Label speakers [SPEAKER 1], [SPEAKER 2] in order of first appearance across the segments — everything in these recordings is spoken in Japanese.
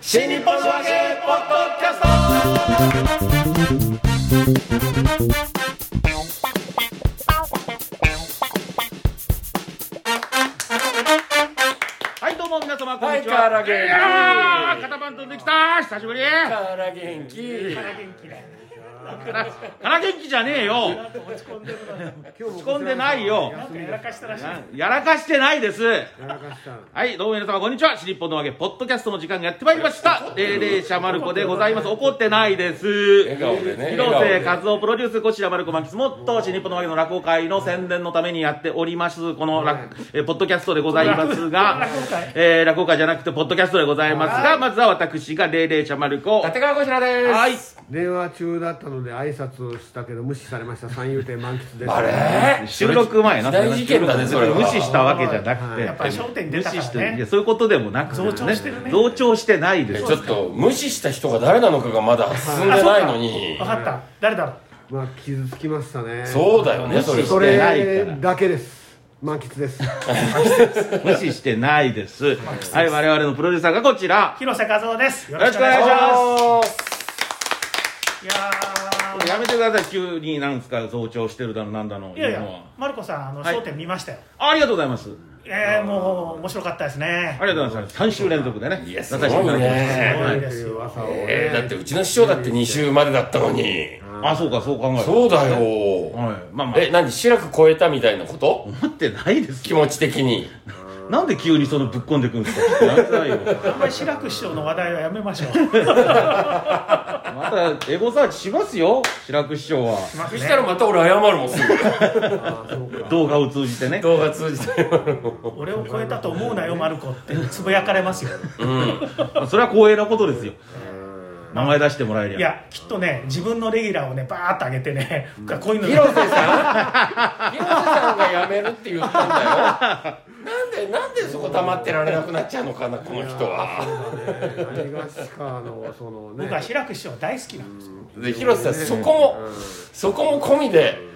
[SPEAKER 1] 新日本のわけポッドキャストはいどうも皆様こんにちは、
[SPEAKER 2] はいから元気
[SPEAKER 1] あー肩パン飛んできた久しぶり
[SPEAKER 2] から元気
[SPEAKER 1] から元気じゃねえよ落ち込んでないよ
[SPEAKER 3] やらかしたらしい
[SPEAKER 1] なやらかしてないですはいどうも皆様こんにちは新日本のわけポッドキャストの時間がやってまいりました霊霊者まる子でございます怒ってないです
[SPEAKER 2] 笑顔でね
[SPEAKER 1] 広
[SPEAKER 2] 笑
[SPEAKER 1] 瀬
[SPEAKER 2] 顔
[SPEAKER 1] 和夫プロデュースこちらマルコマキスも当新日本のわけの落語会の宣伝のためにやっておりますこの落、えーポッドキャストでございますが
[SPEAKER 3] 落語会
[SPEAKER 1] えー落語会じゃなくてポッドキャストでございますがまずは私が霊霊者まる子
[SPEAKER 2] で立川こちらです
[SPEAKER 1] はい
[SPEAKER 4] 電話中だったので挨拶をしたけど無視されました三遊亭満喫です
[SPEAKER 2] あ れ
[SPEAKER 1] 収録前の
[SPEAKER 2] 大事件だねそれは
[SPEAKER 1] 無視したわけじゃなくて、
[SPEAKER 3] やっぱり焦点
[SPEAKER 1] 無
[SPEAKER 3] 出た
[SPEAKER 1] 視
[SPEAKER 3] か
[SPEAKER 1] し
[SPEAKER 3] ら
[SPEAKER 1] て、いや
[SPEAKER 3] ね
[SPEAKER 1] そういうことでもなくて、ね、
[SPEAKER 3] 増長してるね
[SPEAKER 1] 増長してないです
[SPEAKER 2] ちょっと無視した人が誰なのかがまだ進んでないのに
[SPEAKER 3] 分かった誰だろう
[SPEAKER 4] まあ傷つきましたね
[SPEAKER 2] そうだよねそれ
[SPEAKER 1] 無視し
[SPEAKER 4] そ
[SPEAKER 1] てないから
[SPEAKER 4] れだけです満喫です
[SPEAKER 1] 無視してないですはい我々のプロデューサーがこちら
[SPEAKER 3] 広瀬和夫ですよ
[SPEAKER 1] ろしくお願いします
[SPEAKER 3] いや
[SPEAKER 1] やめてください急になんですか増長してるだのなんだの
[SPEAKER 3] ーいやい
[SPEAKER 1] 言うのは
[SPEAKER 3] やマルコさんあの
[SPEAKER 1] はい
[SPEAKER 3] 焦点見ましたよ
[SPEAKER 1] ありがとうございます
[SPEAKER 3] えーもう面白かったですね
[SPEAKER 1] ありがとうございます3週連続でね
[SPEAKER 2] いや
[SPEAKER 1] 出させていただきました
[SPEAKER 2] すごいね
[SPEAKER 3] 多い
[SPEAKER 4] と
[SPEAKER 3] です
[SPEAKER 4] いう
[SPEAKER 3] よ
[SPEAKER 4] 噂を、
[SPEAKER 2] えーだってうちの師匠だって2週までだったのに
[SPEAKER 1] あそうかそう考えると
[SPEAKER 2] そうだよ
[SPEAKER 1] はいまあまあ
[SPEAKER 2] え何志らく超えたみたいなこと
[SPEAKER 1] 思ってないです
[SPEAKER 2] 気
[SPEAKER 1] よ
[SPEAKER 2] 持ち的に
[SPEAKER 1] なんで急にそのぶっこんでくるんです かやめてないよ
[SPEAKER 3] あんまり志らく師匠の話題はやめましょう
[SPEAKER 1] またエゴサーチしますよ志らく師匠は
[SPEAKER 2] そしたらまた俺謝るもんすぐ
[SPEAKER 4] ああそうか
[SPEAKER 1] 動画を通じてね
[SPEAKER 2] 動画通じて謝るもん
[SPEAKER 3] 俺を超えたと思うなよマルコってつぶやかれますよ
[SPEAKER 1] まあそれは光栄なことですよ名前出してもらえりゃ
[SPEAKER 3] いやきっとね自分のレギュラーをねバーッと上げてねこういうの
[SPEAKER 2] 広瀬さん広瀬さんが辞めるって言ったんだよなんでなんでそこ黙ってられなくなっちゃうのかなこの人は
[SPEAKER 4] そうだね何がしかのそのね
[SPEAKER 3] 僕は志らく師匠大好きなんです
[SPEAKER 2] で広瀬さんそこもそこも込みで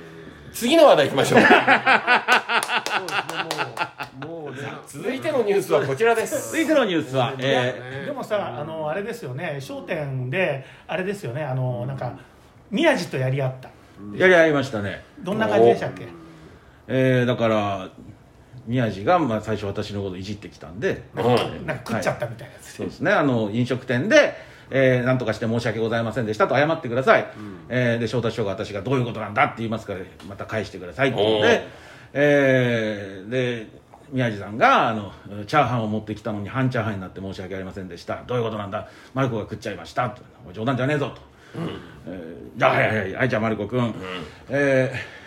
[SPEAKER 2] 次の話題いきましょう
[SPEAKER 4] もうもうね
[SPEAKER 2] 続いてのニュースはこちらです
[SPEAKER 1] 続いてのニュースは、え
[SPEAKER 3] でもさあのあれですよね『笑点』であれですよねあのなんか宮治とやり合った
[SPEAKER 1] ーやり合いましたね、
[SPEAKER 3] どんな感じでしたっけ
[SPEAKER 1] えーだから宮治がまあ最初私のこといじってきたんで
[SPEAKER 2] うん
[SPEAKER 3] なんか食っちゃったみたいなやつ、
[SPEAKER 1] そうですねあの飲食店で、えー、何とかして申し訳ございませんでしたと謝ってください、えーで翔太師匠が私がどういうことなんだって言いますからまた返してくださいって言うの
[SPEAKER 2] おー
[SPEAKER 1] で、えーで宮治さんがあのチャーハンを持ってきたのに半チャーハンになって申し訳ありませんでしたどういうことなんだマルコが食っちゃいましたとおい冗談じゃねえぞと、えーじゃあはいはいはいはいじゃあマルコ君、えー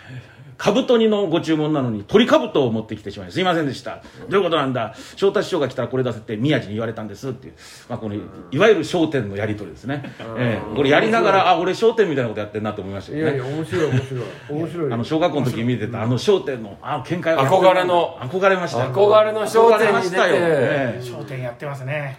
[SPEAKER 1] かぶと煮のご注文なのに鳥かぶとを持ってきてしまいすいませんでしたどういうことなんだ翔太師匠が来たらこれ出せって宮治に言われたんですっていう、まあ、このいわゆる『笑点』のやり取りですね、ええこれやりながらあ俺『笑点』みたいなことやってんなと思いました
[SPEAKER 4] い
[SPEAKER 1] よ
[SPEAKER 4] やい
[SPEAKER 1] ね
[SPEAKER 4] や面白い面白い面白い
[SPEAKER 1] あの小学校の時に見てたあの『笑点』のあ見解をやってる
[SPEAKER 2] 憧れの
[SPEAKER 1] 憧れましたよ
[SPEAKER 2] 憧れの『笑点』に出
[SPEAKER 1] 憧れましたよ
[SPEAKER 2] て
[SPEAKER 1] ええ
[SPEAKER 3] 商店やってますね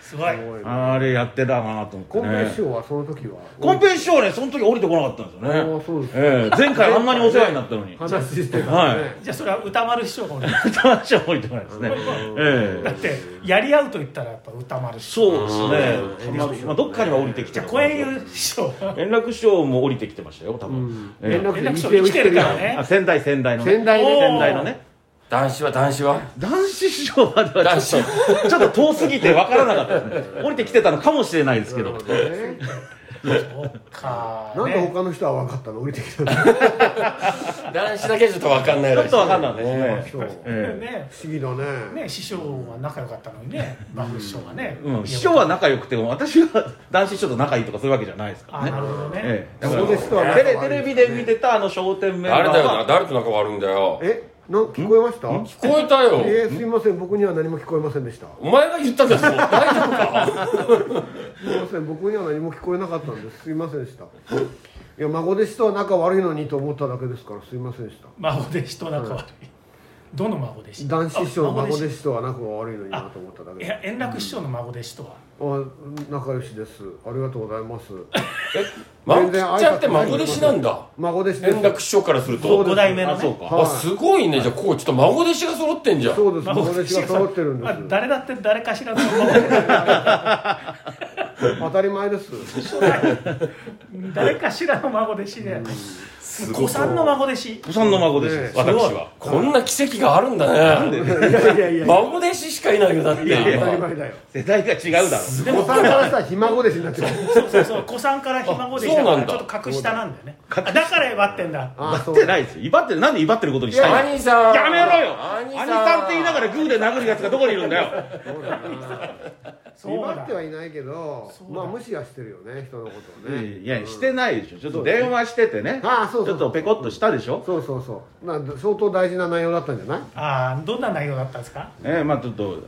[SPEAKER 3] すごい
[SPEAKER 4] すごいね
[SPEAKER 1] あれやってたなと思って
[SPEAKER 4] コンペ
[SPEAKER 1] ね
[SPEAKER 4] 師匠はその時は
[SPEAKER 1] コンペ師匠ねその時降りてこなかったんですよね
[SPEAKER 4] ああそうですか
[SPEAKER 1] ええ前回あんなにお世話になったのに
[SPEAKER 4] 話してた ね
[SPEAKER 3] じゃあそれは歌丸師匠が俺
[SPEAKER 1] 話は降りてこないですねええ
[SPEAKER 3] だってやり合うと言ったらやっぱ歌丸師匠
[SPEAKER 1] そうですね。まあまあ、どっかには降りてきて
[SPEAKER 3] じゃ
[SPEAKER 1] る
[SPEAKER 3] あ小円遊師匠は
[SPEAKER 1] 円楽師匠も降りてきてましたよ、多分。え
[SPEAKER 4] 連
[SPEAKER 1] え
[SPEAKER 4] 絡
[SPEAKER 3] 円
[SPEAKER 4] で
[SPEAKER 3] 楽師
[SPEAKER 4] 一
[SPEAKER 3] 匠
[SPEAKER 4] 定を
[SPEAKER 3] 生き
[SPEAKER 4] し
[SPEAKER 3] て
[SPEAKER 4] てる
[SPEAKER 3] る
[SPEAKER 4] か
[SPEAKER 3] からら
[SPEAKER 4] ね
[SPEAKER 1] あ
[SPEAKER 3] ね
[SPEAKER 1] 仙台、仙台のね。
[SPEAKER 4] 先代
[SPEAKER 3] お
[SPEAKER 4] ね
[SPEAKER 3] ー
[SPEAKER 1] 仙台のね。
[SPEAKER 2] 男子は男子は
[SPEAKER 1] 男子師匠までは
[SPEAKER 2] 男
[SPEAKER 1] ち
[SPEAKER 2] 子
[SPEAKER 1] ょっと、ちょっと遠すぎてわからなかったですね。降りてきてたのかもしれないですけ ど。
[SPEAKER 4] ね
[SPEAKER 3] そうか
[SPEAKER 4] なんで
[SPEAKER 3] ね
[SPEAKER 4] 他の人は分かったの降りてきたの
[SPEAKER 2] 男子だけちょっと分かんない
[SPEAKER 1] ちょ
[SPEAKER 2] らし
[SPEAKER 1] っ
[SPEAKER 2] い
[SPEAKER 1] とわかんないですね。
[SPEAKER 4] そう
[SPEAKER 1] ええ
[SPEAKER 3] ね
[SPEAKER 4] 不思議だね
[SPEAKER 3] ね師匠は仲良かったのにね馬風師匠はね、
[SPEAKER 1] うん、師匠は仲良くても私は男子師匠と仲いいとかそういうわけじゃないですから
[SPEAKER 3] あ
[SPEAKER 1] ね
[SPEAKER 3] なるほどね、
[SPEAKER 1] ええだか
[SPEAKER 4] そうですとは
[SPEAKER 1] ら
[SPEAKER 4] 仲
[SPEAKER 1] テ
[SPEAKER 4] 悪い
[SPEAKER 1] レテレビで見てたあの商店メンバー
[SPEAKER 2] 誰だよな
[SPEAKER 1] は
[SPEAKER 2] 誰と仲悪いんだよ
[SPEAKER 4] えなん聞こえました
[SPEAKER 2] 聞こえたよ
[SPEAKER 4] えー、すいません僕には何も聞こえませんでした
[SPEAKER 2] お前が言ったんだぞ大丈夫か
[SPEAKER 4] すいません僕には何も聞こえなかったんですすいませんでしたいや孫弟子とは仲悪いのにと思っただけですからすいませんでした
[SPEAKER 3] 孫弟子と仲悪い、どの孫弟子
[SPEAKER 4] 男子師匠の
[SPEAKER 3] あ
[SPEAKER 4] 孫弟子とは仲が悪いのになと思っただ
[SPEAKER 3] い
[SPEAKER 4] け
[SPEAKER 3] や円楽師匠の孫弟子とは、
[SPEAKER 4] あ仲良しですありがとうございます
[SPEAKER 2] マ
[SPEAKER 4] 全
[SPEAKER 2] キ
[SPEAKER 4] 然挨拶
[SPEAKER 2] ちゃんって孫弟子なんだ
[SPEAKER 4] 孫弟子です
[SPEAKER 2] 円楽師匠からする
[SPEAKER 4] そ
[SPEAKER 2] と
[SPEAKER 4] うです
[SPEAKER 3] 五代目の
[SPEAKER 1] あそう
[SPEAKER 3] ね
[SPEAKER 1] か
[SPEAKER 4] はい
[SPEAKER 2] あすごいねじゃあこうちょっと孫弟子が揃ってんじゃん
[SPEAKER 4] そうです
[SPEAKER 3] まあ
[SPEAKER 4] 孫弟子が揃ってるんで
[SPEAKER 3] まあ
[SPEAKER 4] す
[SPEAKER 3] 誰だって誰かしらの
[SPEAKER 4] 当たり前です
[SPEAKER 3] 誰かしらの孫弟子で子さんの孫弟子
[SPEAKER 1] お子さんの孫弟子です、
[SPEAKER 2] 私
[SPEAKER 3] すごい
[SPEAKER 2] はこんな奇跡があるんだね
[SPEAKER 4] いやいやいや
[SPEAKER 2] 孫弟子しかいないよだって
[SPEAKER 4] 当たり
[SPEAKER 2] 今
[SPEAKER 4] 前だよ
[SPEAKER 1] 世代が違うだろう
[SPEAKER 4] お子さんからしたらひ孫弟子になってる
[SPEAKER 3] そうそうそう子さんからひ孫弟子だ
[SPEAKER 2] あそう
[SPEAKER 3] か
[SPEAKER 2] なん
[SPEAKER 3] ら
[SPEAKER 2] だ
[SPEAKER 3] ちょっと格下なんだよねあだから威張ってんだ
[SPEAKER 4] あ
[SPEAKER 1] 威張
[SPEAKER 4] そ
[SPEAKER 1] っ
[SPEAKER 4] う
[SPEAKER 1] てないですよ威張ってるなんで威張ってることにしたいの
[SPEAKER 2] 兄さん
[SPEAKER 1] やめろよ
[SPEAKER 2] 兄
[SPEAKER 1] 兄
[SPEAKER 2] さん
[SPEAKER 1] さんって言いながらグーで殴るやつがどこにいるんだよ
[SPEAKER 3] そう
[SPEAKER 4] 威張
[SPEAKER 3] だ
[SPEAKER 4] ってはいないけど
[SPEAKER 3] そうだ
[SPEAKER 4] まあ無視はしてるよね人のことをね
[SPEAKER 1] いやいやしてないでしょちょっと電話しててね
[SPEAKER 4] ああそうそう
[SPEAKER 1] ちょっとペコッとしたでしょ、
[SPEAKER 4] そうそうそうなんで相当大事な内容だったんじゃない
[SPEAKER 3] ああどんな内容だったんですか
[SPEAKER 1] ええまあちょっと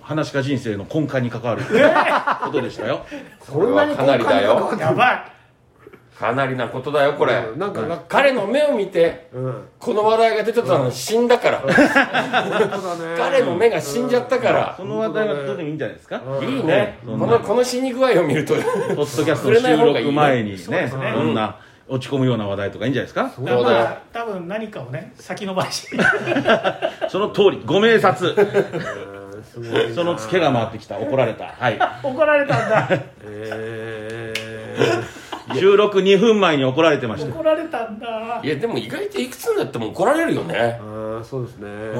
[SPEAKER 1] 話か人生の根幹に関わることでしたよ
[SPEAKER 4] そんなに
[SPEAKER 2] かなりだよ
[SPEAKER 4] 好感度
[SPEAKER 3] やばい
[SPEAKER 2] かなりなことだよこれ
[SPEAKER 4] うんなんかが
[SPEAKER 2] 彼の目を見て
[SPEAKER 4] うん
[SPEAKER 2] この話題が出てたのは死んだから
[SPEAKER 4] 本当だね
[SPEAKER 2] 彼の目が死んじゃったから
[SPEAKER 1] その話題はどうでもいいんじゃないですか、
[SPEAKER 2] いいねこのこの死に具合を見ると
[SPEAKER 1] ポッドキャストの収録前にね
[SPEAKER 3] 触れない方がいいねそうですね
[SPEAKER 1] こんな落ち込むような話題とかいいんじゃないですか
[SPEAKER 3] だから
[SPEAKER 2] そうだよ
[SPEAKER 3] まあ多分何かをね先延ばし
[SPEAKER 1] その通りご明察
[SPEAKER 4] うんすごいな
[SPEAKER 1] そのツケが回ってきた怒られたはい
[SPEAKER 3] 怒られたんだ
[SPEAKER 4] え
[SPEAKER 1] 収録2分前に怒られてました
[SPEAKER 3] 怒られたんだ
[SPEAKER 2] いやでも意外といくつになっても怒られるよね
[SPEAKER 4] ーあーそうですね
[SPEAKER 2] う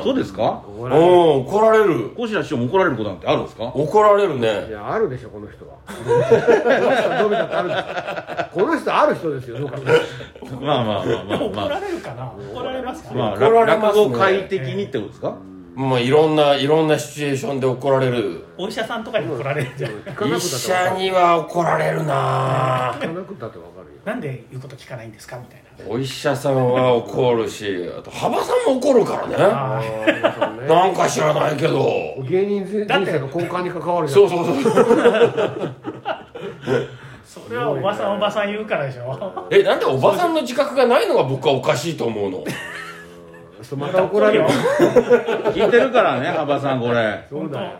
[SPEAKER 2] ん
[SPEAKER 1] そうですか
[SPEAKER 4] 怒られる
[SPEAKER 2] うん怒られる
[SPEAKER 1] 小白師匠も怒られることなんてあるんですか
[SPEAKER 2] 怒られる
[SPEAKER 4] い
[SPEAKER 2] ね
[SPEAKER 4] やあるでしょこの人はこの人はどう見たってあるでしょこの人ある人ですよどう考えても
[SPEAKER 1] まあまあまあまあ
[SPEAKER 3] 怒
[SPEAKER 1] ま
[SPEAKER 3] ら
[SPEAKER 1] あ
[SPEAKER 3] れるかな怒られますか
[SPEAKER 1] まあ、
[SPEAKER 2] 怒られますね
[SPEAKER 1] 落語界的にってことですか、
[SPEAKER 2] もういろんないろんなシチュエーションで怒られる
[SPEAKER 3] お医者さんとかにも怒られるじゃん
[SPEAKER 4] 聞かな
[SPEAKER 2] 医
[SPEAKER 4] くたってわ
[SPEAKER 2] 者
[SPEAKER 4] かる
[SPEAKER 2] には怒られるな
[SPEAKER 4] 聞かなくたってわかるよ
[SPEAKER 3] なんで言うこと聞かないんですかみたいな
[SPEAKER 2] お医者さんは怒るしあと幅さんも怒るから
[SPEAKER 3] あ
[SPEAKER 4] あーそう
[SPEAKER 2] ね
[SPEAKER 4] ね
[SPEAKER 2] なんか知らないけど
[SPEAKER 4] 芸人人
[SPEAKER 3] だっ
[SPEAKER 4] 人
[SPEAKER 3] て
[SPEAKER 4] 生の根幹に関わるじゃん
[SPEAKER 2] そうそうそう
[SPEAKER 3] それはおばさんおばさん言うからでしょ
[SPEAKER 2] えなんでおばさんの自覚がないのが僕はおかしいと思うの
[SPEAKER 4] そうまた怒られる
[SPEAKER 3] 怒るよ
[SPEAKER 1] 聞いてるからね幅さんこれ
[SPEAKER 4] そうだよ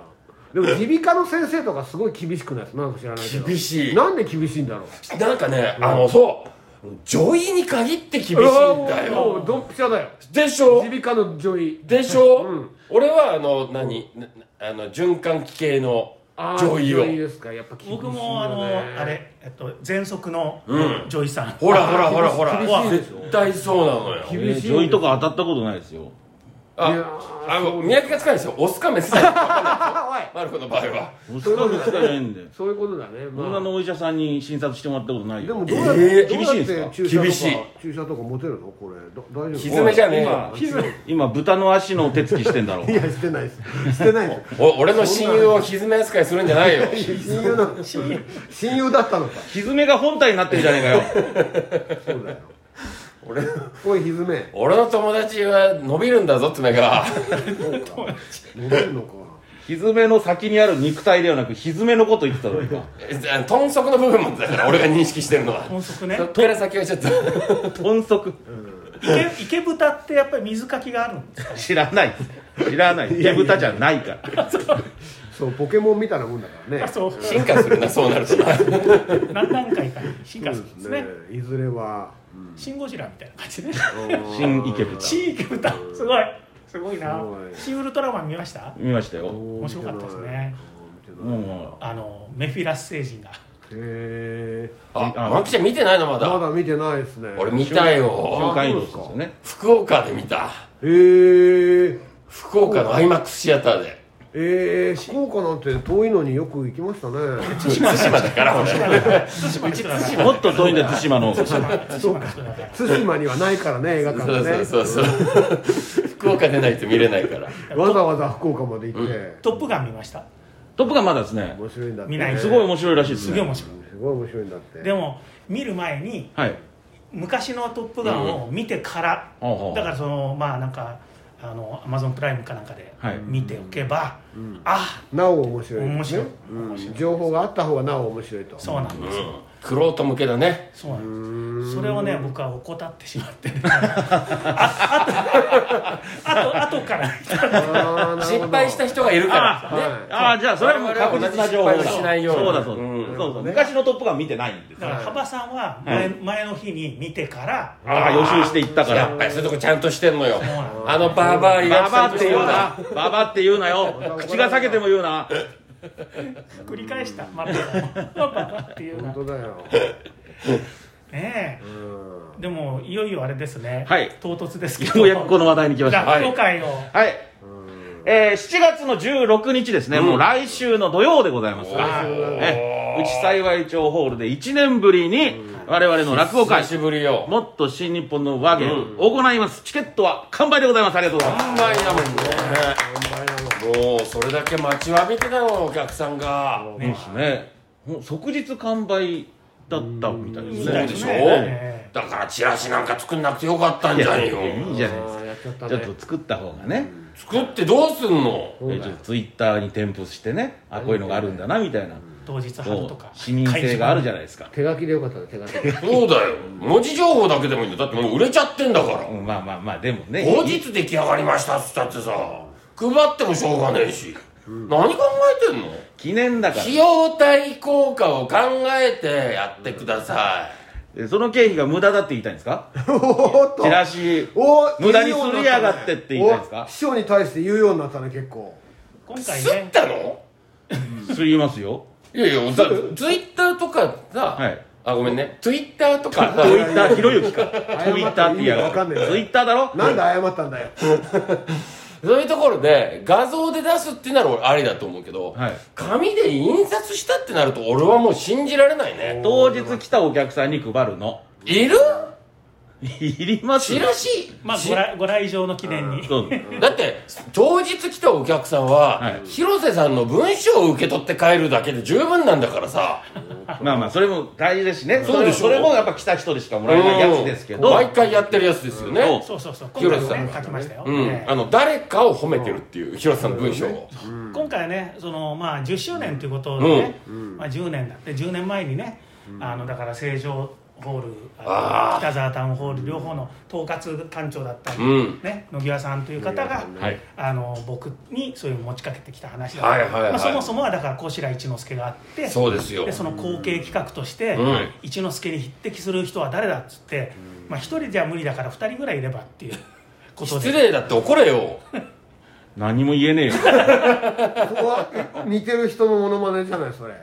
[SPEAKER 4] でも耳鼻科の先生とかすごい厳しくないですなんか知らないけど
[SPEAKER 2] 厳しい
[SPEAKER 4] なんで厳しいんだろう
[SPEAKER 2] なんかねあのそう女医に限って厳しいんだ
[SPEAKER 4] うわも
[SPEAKER 2] よ
[SPEAKER 4] うドンピシャだよ
[SPEAKER 2] でしょ
[SPEAKER 4] 耳鼻科の女医
[SPEAKER 2] でしょ、俺はあの何なあの循環器系の
[SPEAKER 4] あー
[SPEAKER 2] 女医を
[SPEAKER 4] 女ですかやっぱ厳しいよね
[SPEAKER 3] 僕もあのあれえっと喘息の女医さん
[SPEAKER 2] ほらほらほらほら
[SPEAKER 4] 厳
[SPEAKER 3] しい
[SPEAKER 4] でしょ
[SPEAKER 2] 絶対そうなのよ
[SPEAKER 1] え
[SPEAKER 4] 厳しい
[SPEAKER 1] ー、女医とか当たったことないですよ
[SPEAKER 4] いや
[SPEAKER 2] あ
[SPEAKER 4] ー
[SPEAKER 2] あの見分けがつかないですよオスかメスか わかんないですよマルコの場合は
[SPEAKER 1] お世話がつかないんで
[SPEAKER 4] そういうことだねまあ
[SPEAKER 1] 女のお医者さんに診察してもらったことない
[SPEAKER 4] で
[SPEAKER 1] よ
[SPEAKER 4] もどうやって、
[SPEAKER 2] えー
[SPEAKER 4] どう
[SPEAKER 1] 厳しいんす
[SPEAKER 4] や
[SPEAKER 1] か
[SPEAKER 4] って注射とか
[SPEAKER 2] 厳しい
[SPEAKER 4] 注射とか持てるのこれだ大丈夫
[SPEAKER 2] ひずめじゃねえ
[SPEAKER 1] 今
[SPEAKER 2] よ
[SPEAKER 1] 今豚の足の手つきしてんだろう
[SPEAKER 4] いやしてないですしてないで
[SPEAKER 2] お俺の親友をひずめ扱いするんじゃないよ
[SPEAKER 4] す親友なの親友だったのか
[SPEAKER 1] ひずめが本体になってるじゃねえかよ
[SPEAKER 4] そうだよ
[SPEAKER 2] 俺
[SPEAKER 4] おいひず め
[SPEAKER 2] 俺の友達は伸びるんだぞって目が
[SPEAKER 4] 伸びるのか
[SPEAKER 1] ひずめの先にある肉体ではなくひずめのこと言ってたの今
[SPEAKER 2] え豚足の部分もだから俺が認識してるのは
[SPEAKER 3] 音速ね
[SPEAKER 2] そっから先はちょっと
[SPEAKER 1] 豚足
[SPEAKER 3] 池池豚ってやっぱり水かきがあるんですか
[SPEAKER 1] 知らない知らない手豚じゃないから
[SPEAKER 4] そうポケモンみたいなもんだからね
[SPEAKER 3] あそう
[SPEAKER 2] 進化するなそうなるとな
[SPEAKER 3] 何段階か進化するんですね
[SPEAKER 4] いずれは
[SPEAKER 3] シン・ゴジラみたいな感じね
[SPEAKER 1] 新池豚
[SPEAKER 3] シン・池豚すごいすごいな
[SPEAKER 4] すごい
[SPEAKER 3] シン・ウルトラマン見ました
[SPEAKER 1] 見ましたよも
[SPEAKER 3] 面白かったですね
[SPEAKER 1] う
[SPEAKER 3] あのメフィラス星人が
[SPEAKER 4] へえ
[SPEAKER 2] あマキちゃん見てないのまだ
[SPEAKER 4] まだ見てないですね
[SPEAKER 2] 俺見た
[SPEAKER 1] 瞬
[SPEAKER 2] よ
[SPEAKER 1] 間移動ですよね
[SPEAKER 2] 福岡で見た
[SPEAKER 4] へえ
[SPEAKER 2] 福岡の IMAX シアターで
[SPEAKER 4] えー、福岡なんて遠いのによく行きましたね
[SPEAKER 2] 対馬だから俺
[SPEAKER 3] 対馬の人だか
[SPEAKER 1] もっと遠いんだよ対馬の
[SPEAKER 3] ら対馬の人だから
[SPEAKER 4] 対馬にはないから ね映画館がね
[SPEAKER 2] そうそうそうそう福岡でないと見れないから
[SPEAKER 4] わざわざ福岡まで行って、
[SPEAKER 3] トップガン見ました
[SPEAKER 1] トップガンまだですね
[SPEAKER 4] 面白いんだって
[SPEAKER 3] 見ない
[SPEAKER 1] すごい面白いらしいです
[SPEAKER 3] すげえ
[SPEAKER 1] ね
[SPEAKER 3] 面白い
[SPEAKER 4] すごい面白いんだって
[SPEAKER 3] でも見る前に
[SPEAKER 1] はい
[SPEAKER 3] 昔の「トップガン」を見てから、
[SPEAKER 1] うんほうほう
[SPEAKER 3] だからそのまあなんかあのアマゾンプライムかなんかで
[SPEAKER 1] はい
[SPEAKER 3] 見ておけば、あ
[SPEAKER 4] なお面白い
[SPEAKER 3] 面
[SPEAKER 4] です
[SPEAKER 3] 白い
[SPEAKER 4] ね、うん、情報があった方がなお面白いと
[SPEAKER 3] そうなんですよ、
[SPEAKER 2] クロート向けだね
[SPEAKER 3] そうなんですそれをね僕は怠ってしまっ てねああとあとあとから
[SPEAKER 4] あーなるほど
[SPEAKER 2] 失敗した人がいるからね
[SPEAKER 1] あ
[SPEAKER 4] は
[SPEAKER 1] あじゃあそれはもう確実な情報
[SPEAKER 2] 我々は同じ失敗をしないように
[SPEAKER 1] そうだそうだ、
[SPEAKER 2] うん
[SPEAKER 1] そうそう昔の「トップガン」見てないんです
[SPEAKER 3] だから幅さんは前,、前の日に見てから
[SPEAKER 1] ああ予習していったから
[SPEAKER 2] やっぱりそういうとこちゃんとしてんのよ
[SPEAKER 3] そうなん
[SPEAKER 2] あのバーバーリ
[SPEAKER 1] バ
[SPEAKER 2] アクショ
[SPEAKER 1] バ
[SPEAKER 2] ン
[SPEAKER 1] っ
[SPEAKER 2] と
[SPEAKER 1] て
[SPEAKER 2] して
[SPEAKER 1] 言
[SPEAKER 2] る
[SPEAKER 1] う
[SPEAKER 2] な
[SPEAKER 1] なババって言うなよ口が裂けても言うな
[SPEAKER 3] 繰り返したまたまたっていう
[SPEAKER 4] 本
[SPEAKER 3] な
[SPEAKER 4] 当だよ、
[SPEAKER 3] ね
[SPEAKER 4] う
[SPEAKER 3] え
[SPEAKER 4] ん
[SPEAKER 3] でもいよいよあれですね、
[SPEAKER 1] はい
[SPEAKER 3] 唐突ですけ
[SPEAKER 1] よ
[SPEAKER 3] ど
[SPEAKER 1] うやくこの話題に来ました
[SPEAKER 3] 落語会を、
[SPEAKER 1] はい、えー7月の16日ですね、もう来週の土曜でございますが、えうち幸い町ホールで1年ぶりに我々の落語会
[SPEAKER 2] 久しぶりよ
[SPEAKER 1] もっと新日本の和芸を行います、チケットは完売でございますありがとうございます
[SPEAKER 2] うまいなもんねもうそれだけ待ちわびてたのお客さんが
[SPEAKER 1] そうですねもう即日完売だったみたいです
[SPEAKER 3] みた
[SPEAKER 1] ね
[SPEAKER 3] い
[SPEAKER 2] でしょ
[SPEAKER 3] ね
[SPEAKER 2] だからチラシなんか作んなくてよかったんじゃ
[SPEAKER 1] いや
[SPEAKER 2] んよ
[SPEAKER 1] いいじゃないです
[SPEAKER 4] あーやっちゃった
[SPEAKER 1] か
[SPEAKER 4] ね
[SPEAKER 1] ちょっと作った方がね、
[SPEAKER 2] 作ってどうすんの
[SPEAKER 4] そうだ
[SPEAKER 1] えー
[SPEAKER 4] よ
[SPEAKER 1] ちょっとツイッターに添付してねあこういうのがあるんだなみたいな、
[SPEAKER 3] 当日
[SPEAKER 1] こ
[SPEAKER 3] 春と
[SPEAKER 1] う
[SPEAKER 3] か
[SPEAKER 1] 視認性があるじゃないですか
[SPEAKER 4] 手書きでよかったね手書きで
[SPEAKER 2] そうだよ文字情報だけでもいいんだよだってもう売れちゃってんだから
[SPEAKER 1] うんまあまあまあでもね
[SPEAKER 2] 後日出来上がりましたっつったってさ配ってもしょうがねえし、何考えてんの
[SPEAKER 1] 記念だから
[SPEAKER 2] 費用対効果を考えてやってくださ
[SPEAKER 1] えその経費が無駄だって言いたいんですか
[SPEAKER 4] おーっと
[SPEAKER 1] チラシ
[SPEAKER 4] おー
[SPEAKER 1] 無駄にすりやがってって言いたいです
[SPEAKER 4] お
[SPEAKER 1] か
[SPEAKER 4] 師匠に対して言うようになったね結構
[SPEAKER 3] 今
[SPEAKER 2] い、
[SPEAKER 3] 回
[SPEAKER 2] すっ
[SPEAKER 3] ね
[SPEAKER 2] たの
[SPEAKER 1] すりますよ
[SPEAKER 2] いやいやだツイッターとかさ、
[SPEAKER 1] はい
[SPEAKER 2] あごめんねツイッターとかさ
[SPEAKER 1] ツイッターひろゆきかツイッターって言いや
[SPEAKER 4] わかんねえ
[SPEAKER 1] ツイッターだろ
[SPEAKER 4] なんで謝ったんだよ
[SPEAKER 2] そういうところで画像で出すってなら俺ありだと思うけど、
[SPEAKER 1] はい
[SPEAKER 2] 紙で印刷したってなると俺はもう信じられないね
[SPEAKER 1] 当日来たお客さんに配るの
[SPEAKER 2] いる
[SPEAKER 1] いります
[SPEAKER 2] チラシ、
[SPEAKER 3] まあ
[SPEAKER 2] し
[SPEAKER 3] ご来ご来場の記念に
[SPEAKER 1] そう
[SPEAKER 2] だって当日来たお客さんは、
[SPEAKER 1] はい
[SPEAKER 2] 広瀬さんの文章を受け取って帰るだけで十分なんだからさ
[SPEAKER 1] まあまあそれも大事ですしね
[SPEAKER 2] そうでしょ
[SPEAKER 1] それもそれもやっぱ来た人でしかもらえないやつですけど
[SPEAKER 2] 毎回やってるやつですよね
[SPEAKER 3] そうそうそう今回も
[SPEAKER 2] 広瀬さん
[SPEAKER 3] ね書きましたよ、
[SPEAKER 2] うん、
[SPEAKER 3] ええ
[SPEAKER 2] あの誰かを褒めてるっていう広瀬さんの文章を、
[SPEAKER 3] 今回はねその、まあ、10周年ということでね、まあ、10年だって10年前にね、あのだから成城ホールあの北沢タウンホール両方の統括館長だったり、
[SPEAKER 2] うん
[SPEAKER 3] ね、野際さんという方が、
[SPEAKER 1] はい
[SPEAKER 3] あの僕にそういうのを持ちかけてきた話だ
[SPEAKER 2] はいはいはい
[SPEAKER 3] まあ、そもそもはだから小白一之輔があって
[SPEAKER 2] そうですよ
[SPEAKER 3] でその後継企画として、
[SPEAKER 2] うん
[SPEAKER 3] 一之輔に匹敵する人は誰だっつって、まあ、1人じゃ無理だから2人ぐらいいればっていうことで
[SPEAKER 2] 失礼だって怒れよ
[SPEAKER 1] 何も言えねえよ
[SPEAKER 4] そこは似てる人のモノマネじゃないそれ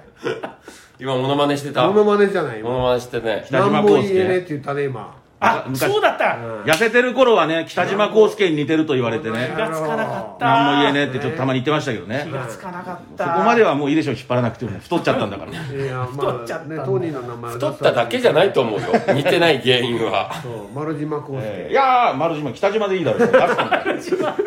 [SPEAKER 2] 今モノマネしてた
[SPEAKER 4] モ
[SPEAKER 2] モ
[SPEAKER 4] ノマネじゃない
[SPEAKER 2] ノ
[SPEAKER 4] 今
[SPEAKER 2] マネしてね
[SPEAKER 1] 北島
[SPEAKER 4] 何
[SPEAKER 1] 康
[SPEAKER 4] も
[SPEAKER 1] 介
[SPEAKER 4] 言えねえって言ったね今
[SPEAKER 3] あ
[SPEAKER 1] 昔
[SPEAKER 3] そうだった、
[SPEAKER 1] 痩せてる頃はね北島康介に似てると言われて
[SPEAKER 4] 気
[SPEAKER 1] ね
[SPEAKER 3] がつかなかった
[SPEAKER 1] 何も言えねえってちょっとたまに言ってましたけどね
[SPEAKER 3] 気がつかなかった
[SPEAKER 1] そこまではもういいでしょう引っ張らなくても太っちゃったんだから
[SPEAKER 4] い や
[SPEAKER 3] 太
[SPEAKER 4] ま
[SPEAKER 3] っちゃった
[SPEAKER 4] あ
[SPEAKER 3] んだ
[SPEAKER 4] ね当人の名前を出す
[SPEAKER 2] 太っただけじゃないと思うよ似てない原因は
[SPEAKER 4] そう丸島康
[SPEAKER 1] えーい
[SPEAKER 4] 介
[SPEAKER 1] やー丸島北島でいいだ ろう確かに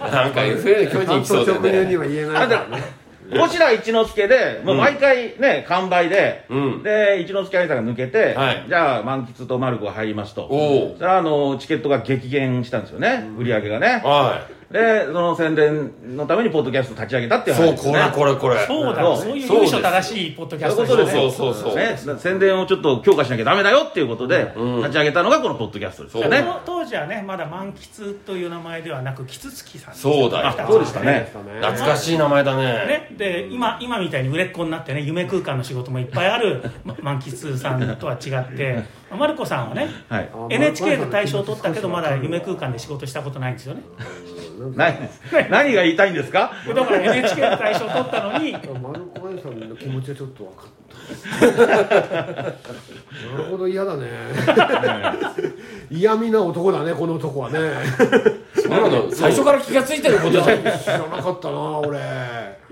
[SPEAKER 2] なんか FA で巨
[SPEAKER 4] ちゃ
[SPEAKER 2] 人
[SPEAKER 4] ん
[SPEAKER 2] 来そ
[SPEAKER 4] と
[SPEAKER 2] うだよ
[SPEAKER 4] 直入に
[SPEAKER 2] ね
[SPEAKER 4] は言えな
[SPEAKER 1] あ
[SPEAKER 4] いか
[SPEAKER 1] だ
[SPEAKER 4] らね
[SPEAKER 1] ゴシラ一之輔で、もう毎回ね、完売で、
[SPEAKER 2] うん
[SPEAKER 1] で、一之輔兄さんが抜けて、
[SPEAKER 2] はい
[SPEAKER 1] じゃあ、満喫とマルコが入りますと。
[SPEAKER 2] おう
[SPEAKER 1] そしたら、あの、チケットが激減したんですよね、売り上げがね。
[SPEAKER 2] は
[SPEAKER 1] で、その宣伝のために、ポッドキャスト立ち上げたって
[SPEAKER 2] い
[SPEAKER 1] いう話
[SPEAKER 2] そう
[SPEAKER 1] です
[SPEAKER 2] こ
[SPEAKER 1] ね。
[SPEAKER 2] れこれこれ
[SPEAKER 3] そうだ、
[SPEAKER 1] うん
[SPEAKER 3] そういう
[SPEAKER 2] そう
[SPEAKER 3] 由
[SPEAKER 2] です
[SPEAKER 3] 緒正しいポッドキャス
[SPEAKER 1] そう
[SPEAKER 3] ト
[SPEAKER 1] いうことです
[SPEAKER 2] そ
[SPEAKER 1] よ
[SPEAKER 2] うそうそう
[SPEAKER 1] ね、だから宣伝をちょっと強化しなきゃダメだよっていうことで、立ち上げたのがこのポッドキャストですよね。
[SPEAKER 3] 当当時はねまだ満喫という名前ではなくキツツキさん
[SPEAKER 2] そうだよ
[SPEAKER 1] そうでしたね。
[SPEAKER 2] 懐かしい名前だね
[SPEAKER 3] ね、で今今みたいに売れっ子になってね夢空間の仕事もいっぱいあるま満喫さんとは違ってまマルコさんはね
[SPEAKER 1] はい。
[SPEAKER 4] あ
[SPEAKER 3] NHK で大賞を取ったけどまだ夢空間で仕事したことないんですよね
[SPEAKER 1] ないです。 何が言いたいんですか
[SPEAKER 3] だから NHK で大賞を取ったのに
[SPEAKER 4] 丸子姉さんの気持ちはちょっと分かったなるほど嫌だね嫌味な男だねこの男はね
[SPEAKER 2] そんなの最初から気がついてることじゃないい
[SPEAKER 4] 知らなかったな俺
[SPEAKER 3] いや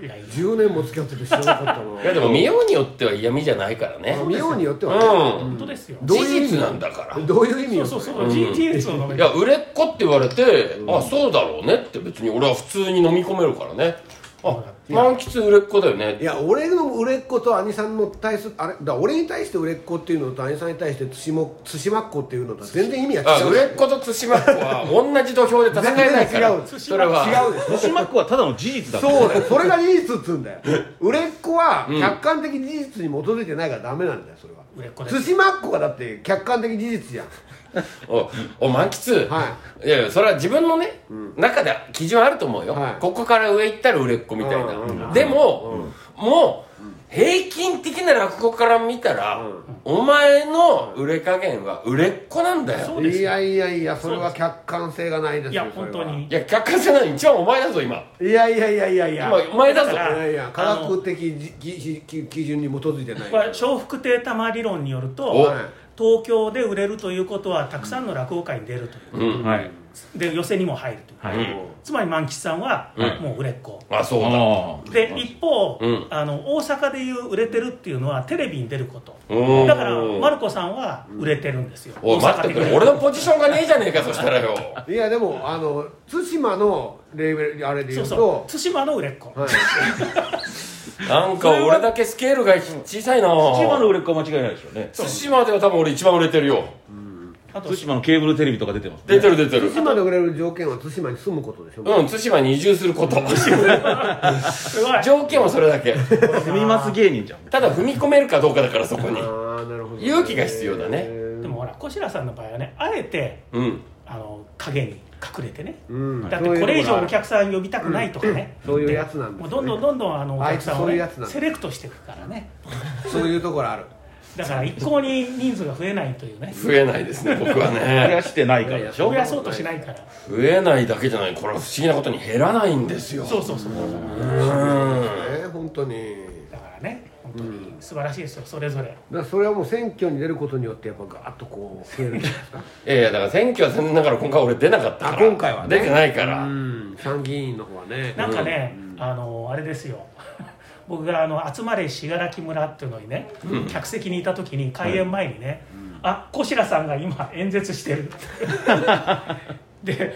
[SPEAKER 3] いや
[SPEAKER 4] 10年も付き合ってて知らなかった
[SPEAKER 2] やでも見ようによっては嫌味じゃないからね
[SPEAKER 4] な見ようによって
[SPEAKER 2] う
[SPEAKER 4] は
[SPEAKER 2] ん
[SPEAKER 3] 本当ですよ
[SPEAKER 4] どう
[SPEAKER 2] 事
[SPEAKER 4] いう意味
[SPEAKER 2] 実なんだから
[SPEAKER 4] ねどういう意味
[SPEAKER 3] そ
[SPEAKER 4] よ
[SPEAKER 3] うそうそ
[SPEAKER 4] れ
[SPEAKER 3] う GTS を述べ
[SPEAKER 2] い
[SPEAKER 3] て
[SPEAKER 2] や売れっ子って言われて、あそうだろうねって別に俺は普通に飲み込めるからねあ満喫売れっ子だよね
[SPEAKER 4] いや俺の売れっ子と兄さんの対するあれだ俺に対して売れっ子っていうのと兄さんに対してつしもつしまっ子っていうのとは全然意味が
[SPEAKER 2] あ
[SPEAKER 4] 違う
[SPEAKER 2] 売れっ子と対馬っ子は同じ土俵で戦えないから
[SPEAKER 4] 全然違う
[SPEAKER 2] それは
[SPEAKER 4] 違うでしょ
[SPEAKER 1] 豊島区はただの事実だ
[SPEAKER 4] そうだよそれが事実っつうんだよ売れっ子は客観的事実に基づいてないからダメなんだよそれは
[SPEAKER 3] 売れっ子です
[SPEAKER 4] つしまっ子がだって客観的事実じゃん
[SPEAKER 2] おお満喫、、
[SPEAKER 4] はい
[SPEAKER 2] やいやそれは自分のね、中で基準あると思うよ、
[SPEAKER 4] はい
[SPEAKER 2] ここから上行ったら売れっ子みたいな、
[SPEAKER 4] うんうん
[SPEAKER 2] でも、もう平均的な落語から見たら、お前の売れ加減は売れっ子なんだよ
[SPEAKER 3] そうです
[SPEAKER 4] いやいやいやそれは客観性がないです
[SPEAKER 3] い
[SPEAKER 4] よ
[SPEAKER 3] や
[SPEAKER 4] それ
[SPEAKER 3] 本
[SPEAKER 4] は
[SPEAKER 3] 当に
[SPEAKER 2] いや客観性なのに一番お前だぞ今
[SPEAKER 4] いやいやいやいやいや
[SPEAKER 2] 今お前だぞ
[SPEAKER 3] だか
[SPEAKER 4] い
[SPEAKER 3] ら
[SPEAKER 4] やいや科学的じぎぎ基準に基づいてない
[SPEAKER 3] これは笑福亭玉理論による
[SPEAKER 2] お
[SPEAKER 3] と東京で売れるということはたくさんの落語会に出るとい
[SPEAKER 1] う
[SPEAKER 3] う
[SPEAKER 1] ん
[SPEAKER 2] ん
[SPEAKER 1] はい
[SPEAKER 3] で寄席にも入るという
[SPEAKER 1] はい、
[SPEAKER 3] つまり万吉さんは
[SPEAKER 2] うん
[SPEAKER 3] もう売れっ子、
[SPEAKER 2] あそうだ
[SPEAKER 1] ああ
[SPEAKER 3] で一方、
[SPEAKER 2] うん
[SPEAKER 3] あの大阪でいう売れてるっていうのはテレビに出ること
[SPEAKER 2] おー
[SPEAKER 3] だからマルコさんは売れてるんですよ、
[SPEAKER 2] おい待ってくれ俺のポジションがねえじゃねえかそしたらよ
[SPEAKER 4] いやでもあの対馬のレーベルあれで
[SPEAKER 3] そ
[SPEAKER 4] 言
[SPEAKER 3] う
[SPEAKER 4] う
[SPEAKER 3] そ
[SPEAKER 4] と
[SPEAKER 3] う対馬の売れっ子、
[SPEAKER 4] はい
[SPEAKER 2] なんか俺だけスケールが小さいな
[SPEAKER 1] 対馬の売れっ子は間違いないでしょうね
[SPEAKER 2] 対馬では多分俺一番売れてるよ
[SPEAKER 3] あと
[SPEAKER 1] 対馬のケーブルテレビとか出てますね
[SPEAKER 2] 出てる出てる
[SPEAKER 4] 対馬で売れる条件は対馬に住むことでしょ、
[SPEAKER 2] うん対馬に移住すること
[SPEAKER 3] それは
[SPEAKER 2] 条件はそれだけ
[SPEAKER 1] 住みます芸人じゃん
[SPEAKER 2] ただ踏み込めるかどうかだからそこに
[SPEAKER 4] ああなるほど、
[SPEAKER 2] 勇気が必要だね
[SPEAKER 4] えー
[SPEAKER 3] でもほら小白さんの場合はねあえて
[SPEAKER 2] うん
[SPEAKER 3] あの影に隠れてね
[SPEAKER 4] うん、
[SPEAKER 3] だってこれ以上お
[SPEAKER 4] そういうところがある
[SPEAKER 3] 客さん呼びたくないとかね、
[SPEAKER 4] そういうやつなんで
[SPEAKER 3] もう
[SPEAKER 4] すよ
[SPEAKER 3] どんどんどんどんあのお
[SPEAKER 4] あい
[SPEAKER 3] 客
[SPEAKER 4] つ
[SPEAKER 3] さんを
[SPEAKER 4] そういう
[SPEAKER 3] ね、
[SPEAKER 4] やつなんだ
[SPEAKER 3] セレクトしていくからね
[SPEAKER 4] そういうところある
[SPEAKER 3] だから一向に人数が増えないというね
[SPEAKER 2] 増えないですね僕は
[SPEAKER 1] 増
[SPEAKER 2] ね
[SPEAKER 1] やしてないからでしょ
[SPEAKER 3] 増やそうとしないから
[SPEAKER 2] 増えないだけじゃないこれは不思議なことに減らないんですよ
[SPEAKER 3] そうそうそう
[SPEAKER 2] うん
[SPEAKER 4] ね本当に
[SPEAKER 3] だからね本当に素晴らしいですよそれぞれ
[SPEAKER 4] だからそれはもう選挙に出ることによってやっぱガーッとこう増えるんじゃないですか
[SPEAKER 2] いやいやだから選挙は残念ながら今回俺出なかったから
[SPEAKER 4] あ今回はね
[SPEAKER 2] 出てないから
[SPEAKER 4] うん参議院の方はね
[SPEAKER 3] なんかね、あのあれですよ 僕があの「集まれ信楽村」っていうのにね、客席にいた時に開演前にね、あ小白さんが今演説してる で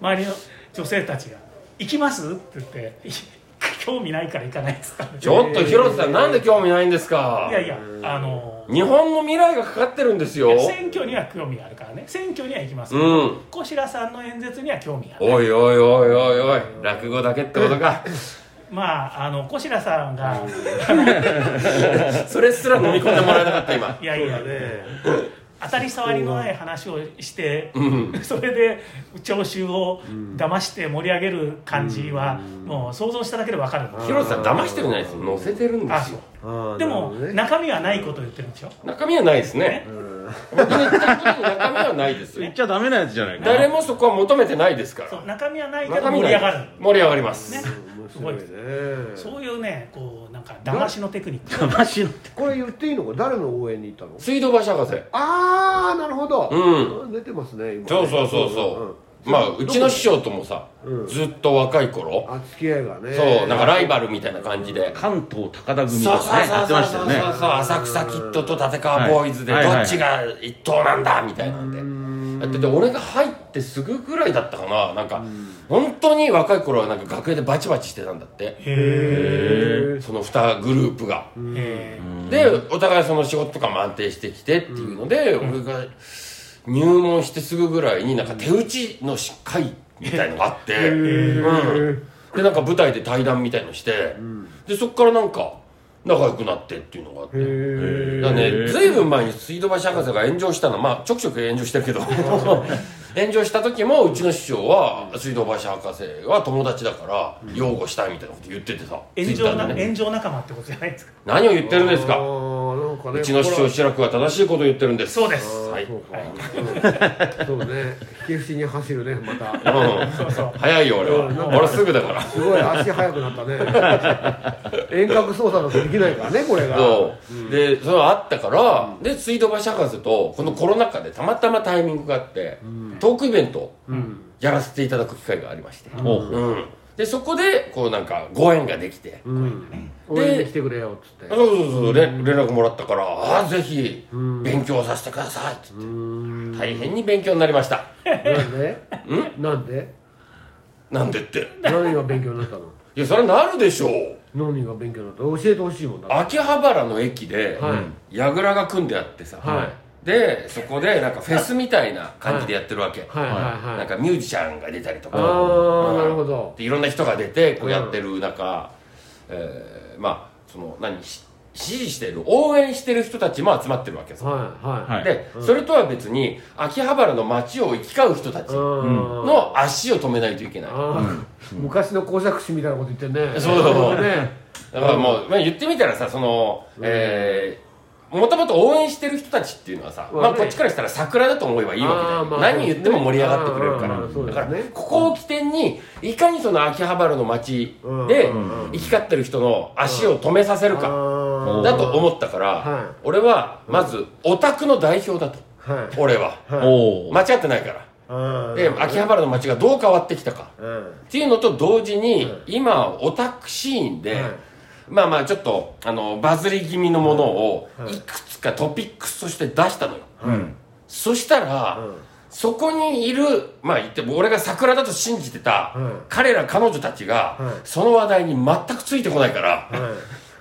[SPEAKER 3] 周りの女性たちが「行きます?」って言って い「興味ないから行かない」っつったんで
[SPEAKER 2] ちょっと広瀬さんなんで興味ないんですか
[SPEAKER 3] いやいやあの
[SPEAKER 2] 日本の未来がかかってるんですよ
[SPEAKER 3] 選挙には興味があるからね選挙には行きます、
[SPEAKER 2] うん
[SPEAKER 3] 小白さんの演説には興味がある
[SPEAKER 2] おいおいおいおいおい落語だけってことか
[SPEAKER 3] まああの小白さんが
[SPEAKER 2] それすら飲み込んでもらえなかった今
[SPEAKER 3] いやいや当たり障りのない話をして、それで聴衆を騙して盛り上げる感じは、もう想像しただけで分かるの
[SPEAKER 2] 広瀬さん騙してるんじゃないですよ乗せてるんですよ
[SPEAKER 4] あー
[SPEAKER 3] で
[SPEAKER 4] なるほ
[SPEAKER 3] も、
[SPEAKER 4] どね
[SPEAKER 3] 中身はないことを言ってるんでしょ
[SPEAKER 2] 中身はないですね僕に言った時に中身はないです
[SPEAKER 1] 言
[SPEAKER 2] よ
[SPEAKER 1] っちゃダメなやつじゃないか
[SPEAKER 2] 誰もそこは求めてないですか
[SPEAKER 3] そう
[SPEAKER 2] ら
[SPEAKER 3] 中身はないけど
[SPEAKER 2] 中
[SPEAKER 3] 盛
[SPEAKER 2] 身な
[SPEAKER 3] り
[SPEAKER 2] い
[SPEAKER 3] 上がる
[SPEAKER 2] 盛り上がります
[SPEAKER 3] ね
[SPEAKER 4] 面
[SPEAKER 3] すご
[SPEAKER 4] 白
[SPEAKER 3] い
[SPEAKER 4] い
[SPEAKER 3] で
[SPEAKER 4] ね
[SPEAKER 3] すそういうねこうなんか騙しのテクニック
[SPEAKER 1] な騙しの
[SPEAKER 4] これ言っていいのか誰の応援に行ったの
[SPEAKER 2] 水道橋博士
[SPEAKER 4] ああなるほど、
[SPEAKER 2] う
[SPEAKER 4] 出てますね今
[SPEAKER 2] そうそうそうそうまあうちの師匠ともさずっと若い
[SPEAKER 4] うん
[SPEAKER 2] 頃
[SPEAKER 4] あ付き合いがね
[SPEAKER 2] そうなんかライバルみたいな感じで
[SPEAKER 1] 関東高田組と
[SPEAKER 2] そう
[SPEAKER 1] か
[SPEAKER 2] そう
[SPEAKER 1] ね
[SPEAKER 2] そ
[SPEAKER 1] やっ
[SPEAKER 2] うそ
[SPEAKER 1] て
[SPEAKER 2] う
[SPEAKER 1] ました
[SPEAKER 2] そう
[SPEAKER 1] よね
[SPEAKER 2] そう浅草キッドと立川ボーイズでど
[SPEAKER 1] はい
[SPEAKER 2] っちが一等なんだみたいなんでだってで俺が入ってすぐぐらいだったかななんか本当に若い頃はなんか楽屋でバチバチしてたんだって
[SPEAKER 4] へえ
[SPEAKER 2] その2グループが
[SPEAKER 3] えー
[SPEAKER 2] でお互いその仕事とかも安定してきてっていうので俺が入門してすぐぐらいになんか手打ちの会みたいのがあってうんでなんか舞台で対談みたいのしてでそっからなんか仲良くなってっていうのがあってだからね、ずいぶん前に水道橋博士が炎上したの、まあ、ちょくちょく炎上してるけど、炎上した時も、うちの師匠は、水道橋博士は友達だから、擁護したいみたいなこと言っててさ、
[SPEAKER 3] 炎
[SPEAKER 2] Twitter
[SPEAKER 3] 上な
[SPEAKER 2] でね、
[SPEAKER 3] 炎上仲間ってことじゃないですか
[SPEAKER 2] 何を言ってるんです
[SPEAKER 4] あ
[SPEAKER 2] か、
[SPEAKER 4] ーなんかね
[SPEAKER 2] うちの師匠、
[SPEAKER 4] こ
[SPEAKER 2] 志らくは正しいことを言ってるんです。
[SPEAKER 3] そうです
[SPEAKER 4] れは
[SPEAKER 2] はい
[SPEAKER 4] そうかそうね火消しに走るねま た
[SPEAKER 2] うん、早いよ俺は俺すぐだから
[SPEAKER 4] すごい足速くなっ たね遠隔操作だとできないからねこれが
[SPEAKER 2] そうでそれあったから、で水道橋博士とこのコロナ禍でたまたまタイミングがあって、トークイベントをやらせていただく機会がありまして、
[SPEAKER 1] おう
[SPEAKER 2] うん、でそこでこうなんかご縁ができて、
[SPEAKER 4] うん応援に来てくれよっつって
[SPEAKER 2] そうそうそうれ連絡もらったからああぜひ勉強させてくださいっつって大変に勉強になりました
[SPEAKER 4] なんでなんで
[SPEAKER 2] なんでって
[SPEAKER 4] 何が勉強になったの
[SPEAKER 2] いやそれなるでしょう
[SPEAKER 4] 何が勉強だった教えてほしいもんだって
[SPEAKER 2] 秋葉原の駅で、
[SPEAKER 4] はい
[SPEAKER 2] やぐらが組んであってさ、
[SPEAKER 4] は
[SPEAKER 2] でそこでなんかフェスみたいな感じでやってるわけ、
[SPEAKER 4] はいはいは
[SPEAKER 2] ないんかミュージシャンが出たりとか
[SPEAKER 4] あーなるほど
[SPEAKER 2] でいろんな人が出てこうやってる中、えーまあその何し支持してる応援してる人たちも集まってるわけさ、
[SPEAKER 4] はい
[SPEAKER 1] は
[SPEAKER 4] はい
[SPEAKER 1] い
[SPEAKER 2] で、それとは別に秋葉原の街を行き交う人たち
[SPEAKER 4] うん
[SPEAKER 2] の足を止めないといけない
[SPEAKER 4] あー昔の講釈師みたいなこと言ってんね
[SPEAKER 2] そうそう
[SPEAKER 4] ね
[SPEAKER 2] だからもう、まあ、言ってみたらさその、えーもともと応援してる人たちっていうのはさ、
[SPEAKER 4] うん
[SPEAKER 2] まあ、こっちからしたら桜だと思えばいいわけだ
[SPEAKER 4] あ
[SPEAKER 2] よ
[SPEAKER 4] ー、まあ
[SPEAKER 2] 何言っても盛り上がってくれるか
[SPEAKER 4] あーあーあーそうです
[SPEAKER 2] ら、だ
[SPEAKER 4] ね
[SPEAKER 2] からここを起点にいかにその秋葉原の街
[SPEAKER 4] うん
[SPEAKER 2] で
[SPEAKER 4] うん
[SPEAKER 2] 行き交ってる人の足を止めさせるか
[SPEAKER 4] あー
[SPEAKER 2] だと思ったから、
[SPEAKER 4] はい
[SPEAKER 2] 俺はまずオタクの代表だと
[SPEAKER 4] はい
[SPEAKER 2] 俺は
[SPEAKER 1] おお
[SPEAKER 2] 間違ってないから
[SPEAKER 4] あー
[SPEAKER 2] で秋葉原の街がどう変わってきたか
[SPEAKER 4] うん
[SPEAKER 2] っていうのと同時に、今オタクシーンで、
[SPEAKER 4] はい
[SPEAKER 2] まあまあちょっとあのバズり気味のものをいくつかトピックスとして出したのよ、
[SPEAKER 1] うん
[SPEAKER 2] そしたら、
[SPEAKER 4] ん
[SPEAKER 2] そこにいるまあ言っても俺が桜だと信じてた、
[SPEAKER 4] うん
[SPEAKER 2] 彼ら彼女たちが、
[SPEAKER 4] うん
[SPEAKER 2] その話題に全くついてこないから、
[SPEAKER 4] は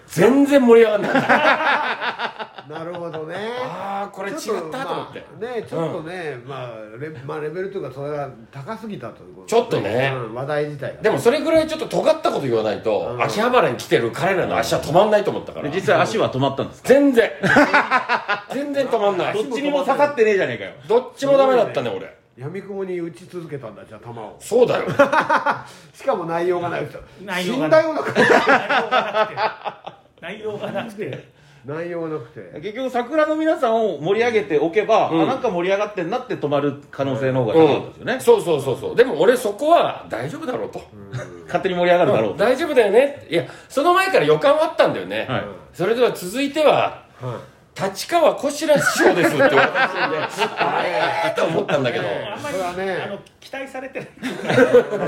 [SPEAKER 2] 全然盛り上がんないあ
[SPEAKER 4] いなるほどね
[SPEAKER 2] あこれ違った
[SPEAKER 4] ち
[SPEAKER 2] と
[SPEAKER 4] ょ
[SPEAKER 2] 思っ
[SPEAKER 4] と
[SPEAKER 2] て、
[SPEAKER 4] まあねちょっとね、まあレまあレベルというかそれが高すぎたということ
[SPEAKER 2] ちょっとね
[SPEAKER 4] うん話題自体が
[SPEAKER 2] でもそれぐらいちょっと尖ったこと言わないと、
[SPEAKER 4] うん
[SPEAKER 2] 秋葉原に来てる彼らの足は止まんないと思ったから
[SPEAKER 1] で実際足は止まったんですか
[SPEAKER 2] 全然 全然止まんない
[SPEAKER 1] どっちにも刺さってねえじゃねえかよ
[SPEAKER 2] どっちもダメだったね俺
[SPEAKER 4] 闇雲に打ち続けたんだじゃあ球を
[SPEAKER 2] そうだよ
[SPEAKER 4] しかも内容がない
[SPEAKER 3] 内
[SPEAKER 4] 死
[SPEAKER 3] 容
[SPEAKER 4] ん
[SPEAKER 3] が
[SPEAKER 4] だ
[SPEAKER 3] ない
[SPEAKER 4] ような顔
[SPEAKER 3] 内容がなくて内容がなくて
[SPEAKER 4] 内容がなくて
[SPEAKER 1] 結局桜の皆さんを盛り上げておけば、
[SPEAKER 2] うん
[SPEAKER 1] あなんか盛り上がってんなって止まる可能性の方が高かったですよね、
[SPEAKER 2] そうそうそうそうでも俺そこは大丈夫だろうと、
[SPEAKER 1] 勝手に盛り上がるだろうと、
[SPEAKER 2] 大丈夫だよねいやその前から予感はあったんだよね、
[SPEAKER 1] はい
[SPEAKER 2] それでは続いては
[SPEAKER 4] はい
[SPEAKER 2] 立川こしら師匠ですって言われたんであれと思ったんだけど
[SPEAKER 3] あんま
[SPEAKER 4] それは
[SPEAKER 3] り、
[SPEAKER 4] ね
[SPEAKER 3] あの期待されてない
[SPEAKER 4] うん確かにね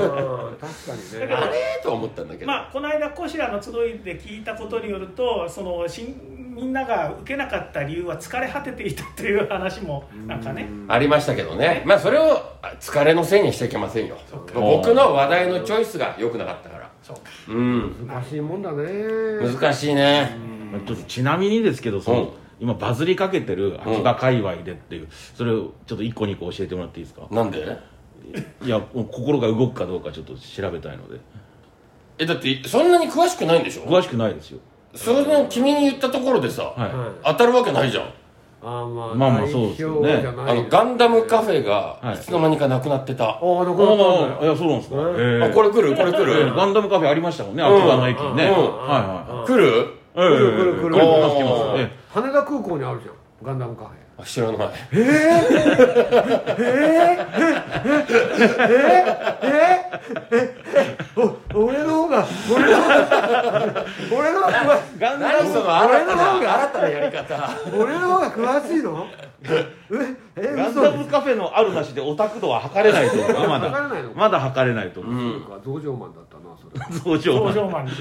[SPEAKER 2] あれと思ったんだけど、
[SPEAKER 3] まあ、この間こしらの集いで聞いたことによるとそのしんみんなが受けなかった理由は疲れ果てていたという話もなんかね
[SPEAKER 2] ありましたけどねまあそれを疲れのせいにしちゃいけませんよ僕の話題のチョイスが良くなかったから
[SPEAKER 3] そうか
[SPEAKER 2] うん
[SPEAKER 4] 難しいもんだね
[SPEAKER 2] 難しいね
[SPEAKER 1] まあちょっとちなみにですけどその、
[SPEAKER 2] うん
[SPEAKER 1] 今バズりかけてる秋葉界隈でっていうそれをちょっと一個二個教えてもらっていいですか
[SPEAKER 2] なんで
[SPEAKER 1] いやもう心が動くかどうかちょっと調べたいので
[SPEAKER 2] えだってそんなに詳しくないんでしょ
[SPEAKER 1] 詳しくないですよ
[SPEAKER 2] それの君に言ったところでさ、
[SPEAKER 1] はい、
[SPEAKER 4] はい
[SPEAKER 2] 当たるわけないじゃん
[SPEAKER 4] あーまあ
[SPEAKER 1] まあまあそうですよね
[SPEAKER 4] 代表じゃない
[SPEAKER 2] あのガンダムカフェが
[SPEAKER 1] はい
[SPEAKER 2] いつの間にかなくなってた、
[SPEAKER 4] あーなくなった
[SPEAKER 1] あ
[SPEAKER 4] ん
[SPEAKER 1] あい
[SPEAKER 4] だよ
[SPEAKER 1] やそうなんですか、
[SPEAKER 4] うん
[SPEAKER 1] え
[SPEAKER 2] あこれ来るこれ来
[SPEAKER 1] え
[SPEAKER 2] る、
[SPEAKER 1] ガンダムカフェありましたもんね秋葉の駅にね、
[SPEAKER 2] うんうん
[SPEAKER 1] は
[SPEAKER 2] 来る
[SPEAKER 1] いはい、
[SPEAKER 4] るくるくる
[SPEAKER 1] ええ来ます来ます
[SPEAKER 2] おー
[SPEAKER 1] え
[SPEAKER 4] 羽田空港にあるじゃんガンダムカフェ
[SPEAKER 2] あ知らない
[SPEAKER 4] お俺の方が俺の方が俺の方が
[SPEAKER 1] えガンダ
[SPEAKER 2] 何
[SPEAKER 1] ム
[SPEAKER 2] その
[SPEAKER 4] 俺
[SPEAKER 2] 新
[SPEAKER 4] の
[SPEAKER 2] た
[SPEAKER 4] 方
[SPEAKER 2] な
[SPEAKER 4] が
[SPEAKER 2] 新たなやり方
[SPEAKER 4] 詳俺の方が詳しいのええ
[SPEAKER 1] ガン
[SPEAKER 4] 嘘
[SPEAKER 1] ダムカフェのあるなしでオタク度は測れないと思うま
[SPEAKER 4] 測れ
[SPEAKER 1] だ
[SPEAKER 4] ないの
[SPEAKER 1] まだ測れないと
[SPEAKER 2] う
[SPEAKER 1] 思うん
[SPEAKER 4] か増上マンだったなそ
[SPEAKER 1] 増
[SPEAKER 4] れ
[SPEAKER 1] 上マ
[SPEAKER 3] 工
[SPEAKER 1] ン
[SPEAKER 3] 場マンに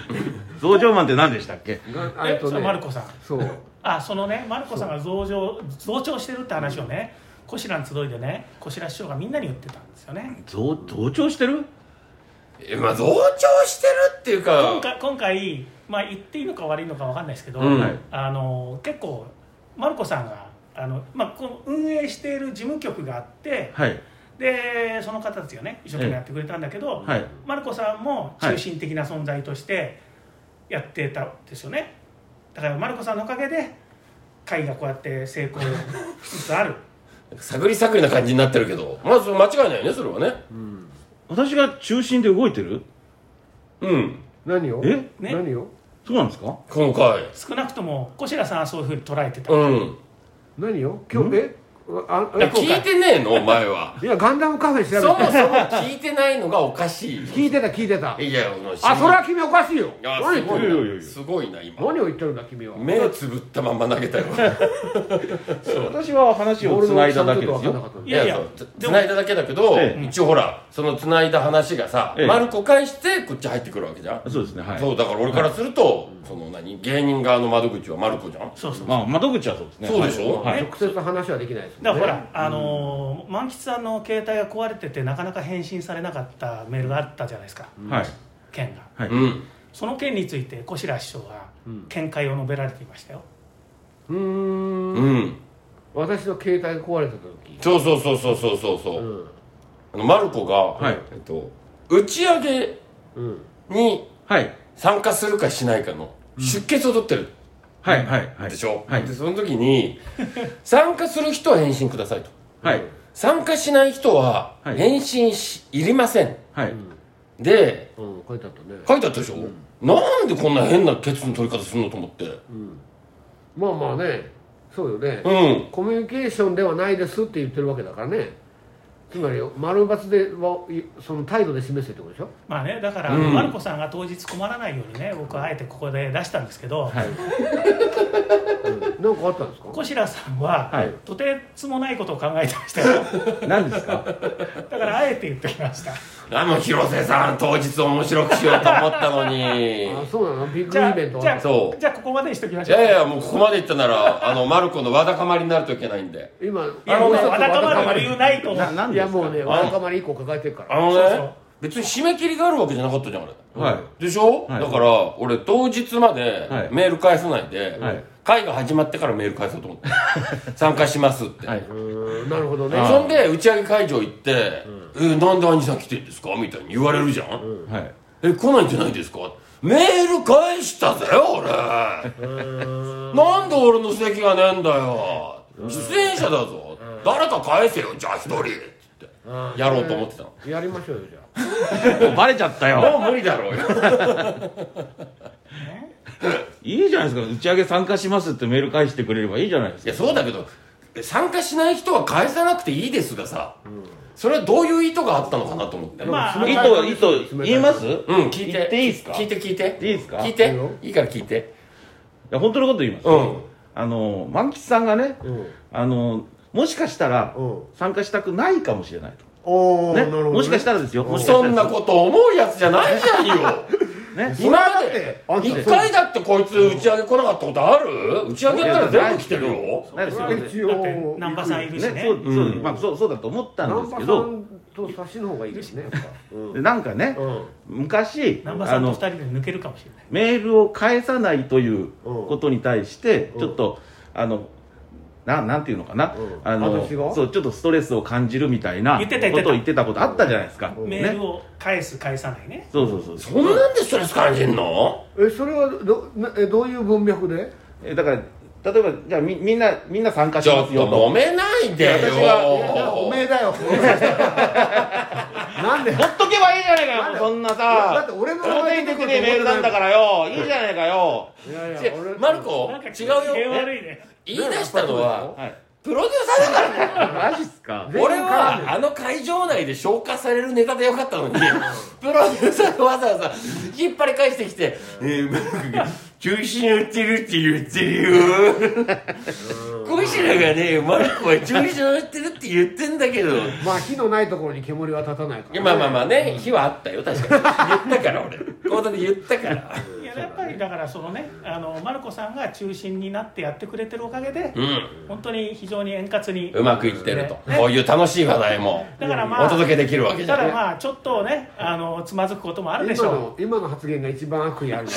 [SPEAKER 1] 増上マンって何でしたっけ
[SPEAKER 4] が
[SPEAKER 3] えそのマルコさん
[SPEAKER 4] そう
[SPEAKER 3] あそのねマルコさんが増上増長してるって話をねこしらの集いでねこしら師匠がみんなに言ってたんですよね
[SPEAKER 1] 増増長してる
[SPEAKER 2] えまあ増長してるっていうか
[SPEAKER 3] 今回今回、まあ、言っていいのか悪いのかわかんないですけど、
[SPEAKER 2] うん
[SPEAKER 1] はい
[SPEAKER 3] あの結構マルコさんがあの、まあ、この運営している事務局があって
[SPEAKER 1] はい
[SPEAKER 3] でその方たちがね一生懸命やってくれたんだけど、
[SPEAKER 1] はい
[SPEAKER 3] マルコさんも中心的な存在としてやってたんですよね、だからマルコさんのおかげで会がこうやって成功しつつある
[SPEAKER 2] 探り探りな感じになってるけどまず間違いないよねそれはね
[SPEAKER 1] 私が中心で動いてる
[SPEAKER 2] うん
[SPEAKER 4] 何を
[SPEAKER 1] え
[SPEAKER 3] ね
[SPEAKER 4] 何を
[SPEAKER 1] そうなんですか
[SPEAKER 2] 今回
[SPEAKER 3] 少なくとも小白さんはそういうふうに捉えてた、
[SPEAKER 2] うん
[SPEAKER 4] 何を今日えあ
[SPEAKER 2] いや聞いてねえのお前は
[SPEAKER 4] いやガンダムカフェ
[SPEAKER 2] そ
[SPEAKER 4] 調
[SPEAKER 2] もそ
[SPEAKER 4] べ
[SPEAKER 2] も
[SPEAKER 4] て
[SPEAKER 2] 聞いてないのがおかしい
[SPEAKER 4] 聞いてた聞いてた
[SPEAKER 2] いやいや
[SPEAKER 4] あそれは君おかしいよ
[SPEAKER 2] いやす
[SPEAKER 4] 何言って
[SPEAKER 2] ご
[SPEAKER 4] る
[SPEAKER 1] いやいや
[SPEAKER 2] い
[SPEAKER 1] いや
[SPEAKER 2] なすごいな今
[SPEAKER 4] 何を言ってるんだ君は
[SPEAKER 2] 目つぶったまま投げたよ
[SPEAKER 1] 私は話を
[SPEAKER 4] 俺
[SPEAKER 1] つ
[SPEAKER 4] の
[SPEAKER 1] な
[SPEAKER 4] 大
[SPEAKER 1] い
[SPEAKER 4] きさ
[SPEAKER 1] だ
[SPEAKER 4] も
[SPEAKER 1] だ
[SPEAKER 4] ちょ
[SPEAKER 1] けです
[SPEAKER 4] っと分かんな
[SPEAKER 1] よ
[SPEAKER 4] かったん
[SPEAKER 3] い
[SPEAKER 4] だ
[SPEAKER 2] いや
[SPEAKER 3] やい
[SPEAKER 2] い
[SPEAKER 3] や
[SPEAKER 2] やつないだだけだけど、
[SPEAKER 1] ええ
[SPEAKER 2] 一応ほらそのつないだ話がさ、
[SPEAKER 1] ええ
[SPEAKER 2] 丸子返してこっち入ってくるわけじゃん、
[SPEAKER 1] そうですねはい
[SPEAKER 2] そうだから俺からすると、その何芸人側の窓口は丸子じゃん
[SPEAKER 3] そうそう
[SPEAKER 1] まあ窓口はそうですね
[SPEAKER 2] そうでしょ
[SPEAKER 1] はい
[SPEAKER 4] 直接話はできないですもんね
[SPEAKER 3] だからほら、あのー満喫さんの携帯が壊れててなかなか返信されなかったメールがあったじゃないですか
[SPEAKER 1] はい
[SPEAKER 3] 件が
[SPEAKER 1] はい、
[SPEAKER 2] うん
[SPEAKER 3] その件について小白師匠が見解を述べられていましたよ、
[SPEAKER 4] うーん
[SPEAKER 2] うん
[SPEAKER 4] 私の携帯が壊れた時
[SPEAKER 2] そうそうそうそうそうそうそううんあのマルコが、
[SPEAKER 1] い
[SPEAKER 2] えっと、打ち上げ
[SPEAKER 4] うん
[SPEAKER 2] に
[SPEAKER 1] はい
[SPEAKER 2] 参加するかしないかの出欠を取ってる
[SPEAKER 1] はいはいはい
[SPEAKER 2] でしょ、
[SPEAKER 1] はい
[SPEAKER 2] でその時に 参加する人は返信くださいと
[SPEAKER 1] はい
[SPEAKER 2] 参加しない人は
[SPEAKER 1] はい
[SPEAKER 2] 返信し、い、りません
[SPEAKER 1] はい
[SPEAKER 2] で
[SPEAKER 4] うん書いてあったね
[SPEAKER 2] 書いてあったでしょ、なんでこんな変なケツの取り方するのと思って
[SPEAKER 4] まあまあねそうよね
[SPEAKER 2] うん
[SPEAKER 4] コミュニケーションではないですって言ってるわけだからねつまり丸×ではいその態度で示せってことでしょ
[SPEAKER 3] まあねだから、
[SPEAKER 2] うん
[SPEAKER 3] マルコさんが当日困らないようにね僕はあえてここで出したんですけど、
[SPEAKER 1] はい
[SPEAKER 4] 何かあったんですか
[SPEAKER 3] 小白さんは、
[SPEAKER 1] はい
[SPEAKER 3] とてつもないことを考えてまし たよ
[SPEAKER 1] 何ですか
[SPEAKER 3] だからあえて言ってきました
[SPEAKER 2] あもう広瀬さん当日面白くしようと思ったのに
[SPEAKER 4] あそうなのビッ
[SPEAKER 3] じゃあ
[SPEAKER 4] グイベント
[SPEAKER 3] じゃ
[SPEAKER 4] は
[SPEAKER 3] あ
[SPEAKER 2] そう
[SPEAKER 3] じゃあここまでにしときま
[SPEAKER 2] い
[SPEAKER 3] しょう
[SPEAKER 2] やいやもうここまでいったならあのマルコのわだかまりになるといけないんで
[SPEAKER 4] 今
[SPEAKER 3] いやもうねわだかまる
[SPEAKER 4] り
[SPEAKER 3] 余裕ないと思う
[SPEAKER 1] な何
[SPEAKER 4] い
[SPEAKER 1] で
[SPEAKER 4] や
[SPEAKER 1] すか
[SPEAKER 4] もうねわだかまり一個抱えてるから
[SPEAKER 2] あのね
[SPEAKER 3] そうそう
[SPEAKER 2] 別に締め切りがあるわけじゃなかったじゃんあれ
[SPEAKER 1] は
[SPEAKER 2] でしょ、
[SPEAKER 1] はい
[SPEAKER 2] だから俺当日まで
[SPEAKER 1] はい
[SPEAKER 2] メール返さないで、
[SPEAKER 1] はい
[SPEAKER 2] 会が始まってからメール返そうと思って参加しますって、
[SPEAKER 1] いはいう
[SPEAKER 4] ーんなるほどね
[SPEAKER 2] でそんで打ち上げ会場行って「えなんで兄さん来てんですか?」みたいに言われるじゃん「
[SPEAKER 1] はい
[SPEAKER 2] え来ないんじゃないですか?」メール返したぜ俺なんで俺の席がねえんだよ出演者だぞ誰か返せよじゃあ一人っつってやろうと思ってたの
[SPEAKER 4] やりましょうよじゃあ
[SPEAKER 1] もうバレちゃったよ
[SPEAKER 2] もう無理だろうよ
[SPEAKER 1] いいじゃないですか打ち上げ参加しますってメール返してくれればいいじゃないですか
[SPEAKER 2] いやそうだけど参加しない人は返さなくていいですがさ、それはどういう意図があったのかなと思って、
[SPEAKER 3] まあ
[SPEAKER 1] 意図意図言います
[SPEAKER 2] うん聞いて
[SPEAKER 1] 言っていいですか
[SPEAKER 2] 聞いて聞いて
[SPEAKER 1] いいですか
[SPEAKER 2] 聞い
[SPEAKER 4] い
[SPEAKER 2] て
[SPEAKER 4] いよ
[SPEAKER 2] いいから聞いて
[SPEAKER 1] いや本当のこと言います、
[SPEAKER 2] うん
[SPEAKER 1] あの万吉さんがね、
[SPEAKER 4] うん
[SPEAKER 1] あのもしかしたら
[SPEAKER 4] うん
[SPEAKER 1] 参加したくないかもしれない
[SPEAKER 4] お
[SPEAKER 1] と、
[SPEAKER 4] お
[SPEAKER 1] ね
[SPEAKER 4] なるほどね
[SPEAKER 1] もしかしたらですよもしか
[SPEAKER 2] そん
[SPEAKER 1] した
[SPEAKER 2] な
[SPEAKER 1] らで
[SPEAKER 2] こと思うやつじゃないじゃんよ
[SPEAKER 1] すよね
[SPEAKER 2] 今ま
[SPEAKER 4] って
[SPEAKER 2] で
[SPEAKER 4] あんた
[SPEAKER 2] 一回だってこいつ打ち上げ来なかったことある打ち上げやったら全部来てるよ
[SPEAKER 1] ないですよね
[SPEAKER 4] 一
[SPEAKER 3] だっ
[SPEAKER 4] 応
[SPEAKER 3] て南波さんいるし
[SPEAKER 1] ね
[SPEAKER 3] ね
[SPEAKER 1] そうそう,、
[SPEAKER 2] うん
[SPEAKER 1] まあ、そうそうだと思ったん
[SPEAKER 4] ナ
[SPEAKER 1] で
[SPEAKER 4] ン
[SPEAKER 1] す
[SPEAKER 4] パ
[SPEAKER 1] け
[SPEAKER 4] さ
[SPEAKER 1] ど
[SPEAKER 4] んと差しの方がいいですねやっぱうん
[SPEAKER 1] でなんかね、
[SPEAKER 4] うん
[SPEAKER 1] 昔
[SPEAKER 3] 南波さ
[SPEAKER 1] あ
[SPEAKER 3] んと
[SPEAKER 1] の
[SPEAKER 3] 二人で抜けるかもしれない
[SPEAKER 1] メールを返さないということに対して、
[SPEAKER 4] うん
[SPEAKER 1] ちょっとあのななんていうのかな、
[SPEAKER 4] うん
[SPEAKER 1] あの
[SPEAKER 4] 私が
[SPEAKER 1] そうちょっとストレスを感じるみたいな
[SPEAKER 3] 言
[SPEAKER 1] こ
[SPEAKER 3] ってた言ってた
[SPEAKER 1] とを言ってたことあったじゃないですか、
[SPEAKER 4] うん
[SPEAKER 3] メールを返す返さないね
[SPEAKER 1] そうそうそう
[SPEAKER 2] そんなんでストレス感じんの
[SPEAKER 4] えそれはどなえどういう文脈で
[SPEAKER 1] えだから例えばじゃあみみんなみんな参加し
[SPEAKER 2] ちょ
[SPEAKER 1] ま
[SPEAKER 2] っ
[SPEAKER 1] すよ
[SPEAKER 2] と
[SPEAKER 1] と
[SPEAKER 2] 揉めないでよ
[SPEAKER 1] 私が
[SPEAKER 4] いやいやおめえだよなんで
[SPEAKER 1] ほっとけばいいじゃないか
[SPEAKER 4] な
[SPEAKER 1] よ
[SPEAKER 4] んで
[SPEAKER 1] そんな
[SPEAKER 4] だっ
[SPEAKER 1] さ
[SPEAKER 4] て俺の
[SPEAKER 1] そんなにできねえメールなんだからよいいじゃないかよ
[SPEAKER 4] いやい
[SPEAKER 2] 違
[SPEAKER 4] や
[SPEAKER 2] う
[SPEAKER 4] 俺
[SPEAKER 2] マルコ
[SPEAKER 3] なんか
[SPEAKER 2] 違う
[SPEAKER 3] 機嫌
[SPEAKER 2] よ
[SPEAKER 3] 悪いね
[SPEAKER 2] 言い出したのは
[SPEAKER 1] はい
[SPEAKER 2] プロデューサーだからね
[SPEAKER 1] マジっすか
[SPEAKER 4] 全員
[SPEAKER 2] 俺
[SPEAKER 4] 絡んで
[SPEAKER 2] は
[SPEAKER 4] る
[SPEAKER 2] あの会場内で消化されるネタでよかったのにプロデューサーがわざわざ引っ張り返してきて「えー、マルコが中心を打ってるって言ってるよ」小石らがね「マルコは中心を打ってるって言ってんだけど」
[SPEAKER 4] まあ火のないところに煙は立たないからね
[SPEAKER 2] まあまあまあね火はあったよ確かに言ったから俺冒頭で言ったから
[SPEAKER 3] いややっぱりだからそのねあのマルコさんが中心になってやってくれてるおかげで、
[SPEAKER 2] うん
[SPEAKER 3] 本当に非常に円滑に
[SPEAKER 2] うまくいってるとこういう楽しい話題も
[SPEAKER 3] だからまあ
[SPEAKER 2] お届けできるわけじゃ
[SPEAKER 3] た
[SPEAKER 2] ん
[SPEAKER 3] だまあちょっとねあのつまずくこともあるでし
[SPEAKER 4] 今
[SPEAKER 3] ょ
[SPEAKER 4] の今の発言が一番悪意ある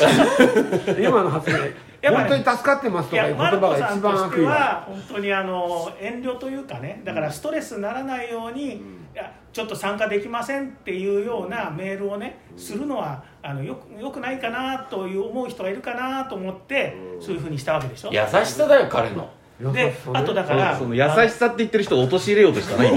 [SPEAKER 4] 今の発言
[SPEAKER 3] やっぱ
[SPEAKER 4] 本
[SPEAKER 3] ね
[SPEAKER 4] 当に助かってます
[SPEAKER 3] うい
[SPEAKER 4] と
[SPEAKER 3] や
[SPEAKER 4] かいう言
[SPEAKER 3] マル
[SPEAKER 4] 葉
[SPEAKER 3] コ
[SPEAKER 4] が
[SPEAKER 3] さん
[SPEAKER 4] 一
[SPEAKER 3] と
[SPEAKER 4] 番
[SPEAKER 3] し
[SPEAKER 4] 悪
[SPEAKER 3] て
[SPEAKER 4] 意あ
[SPEAKER 3] は本当にあの遠慮というかねだからストレスにならないように、いやちょっと参加できませんっていうようなメールをねするのはあのよくよくないかなという思う人がいるかなと思ってそういうふうにしたわけでしょ
[SPEAKER 2] 優しさだよ彼の
[SPEAKER 4] る
[SPEAKER 3] であとだから
[SPEAKER 1] その優しさって言ってる人を陥れようとしたな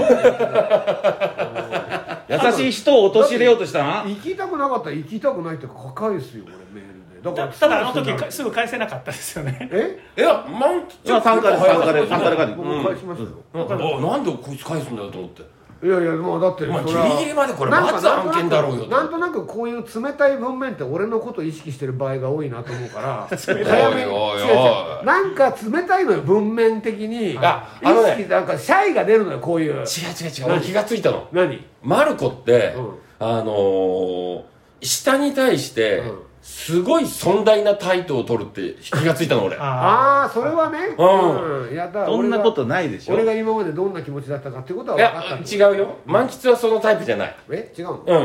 [SPEAKER 1] 今優しい人を陥れようとしたな
[SPEAKER 4] 行きたくなかったら行きたくないって書かれすよ俺メールでだか
[SPEAKER 3] たた
[SPEAKER 4] ら
[SPEAKER 3] だあの時かすぐ返せなかったですよね
[SPEAKER 4] え
[SPEAKER 2] いや満
[SPEAKER 1] いや参加です参加です参加で
[SPEAKER 4] 僕も返しましたよ
[SPEAKER 2] なんかあなんでこいつ返すんだよと思って
[SPEAKER 4] いやいやもうだって
[SPEAKER 2] まあ
[SPEAKER 4] それは
[SPEAKER 2] ギリギリまでこれ
[SPEAKER 4] なんか
[SPEAKER 2] 待つ案件だろうよ
[SPEAKER 4] なんとなくこういう冷たい文面って俺のこと意識してる場合が多いなと思うから
[SPEAKER 2] い
[SPEAKER 4] 早めに
[SPEAKER 2] おいおいおい
[SPEAKER 4] 違う違うなんか冷たいのよ文面的に意
[SPEAKER 2] ああのね
[SPEAKER 4] 識なんかシャイが出るのよこういう
[SPEAKER 2] 違う違う違う俺気がついたの
[SPEAKER 4] 何
[SPEAKER 2] マルコって、
[SPEAKER 4] うん
[SPEAKER 2] あのー下に対して
[SPEAKER 4] うん
[SPEAKER 2] すごい尊大な態度を取るって気がついたの俺
[SPEAKER 4] ああそれはね
[SPEAKER 2] うん
[SPEAKER 4] うんいやだから
[SPEAKER 1] そんなことないでしょ
[SPEAKER 4] 俺が俺が今までどんな気持ちだったかってことはい分かった
[SPEAKER 2] や
[SPEAKER 4] と
[SPEAKER 2] 違うよ満喫はそのタイプじゃない
[SPEAKER 4] え違うの
[SPEAKER 2] うん違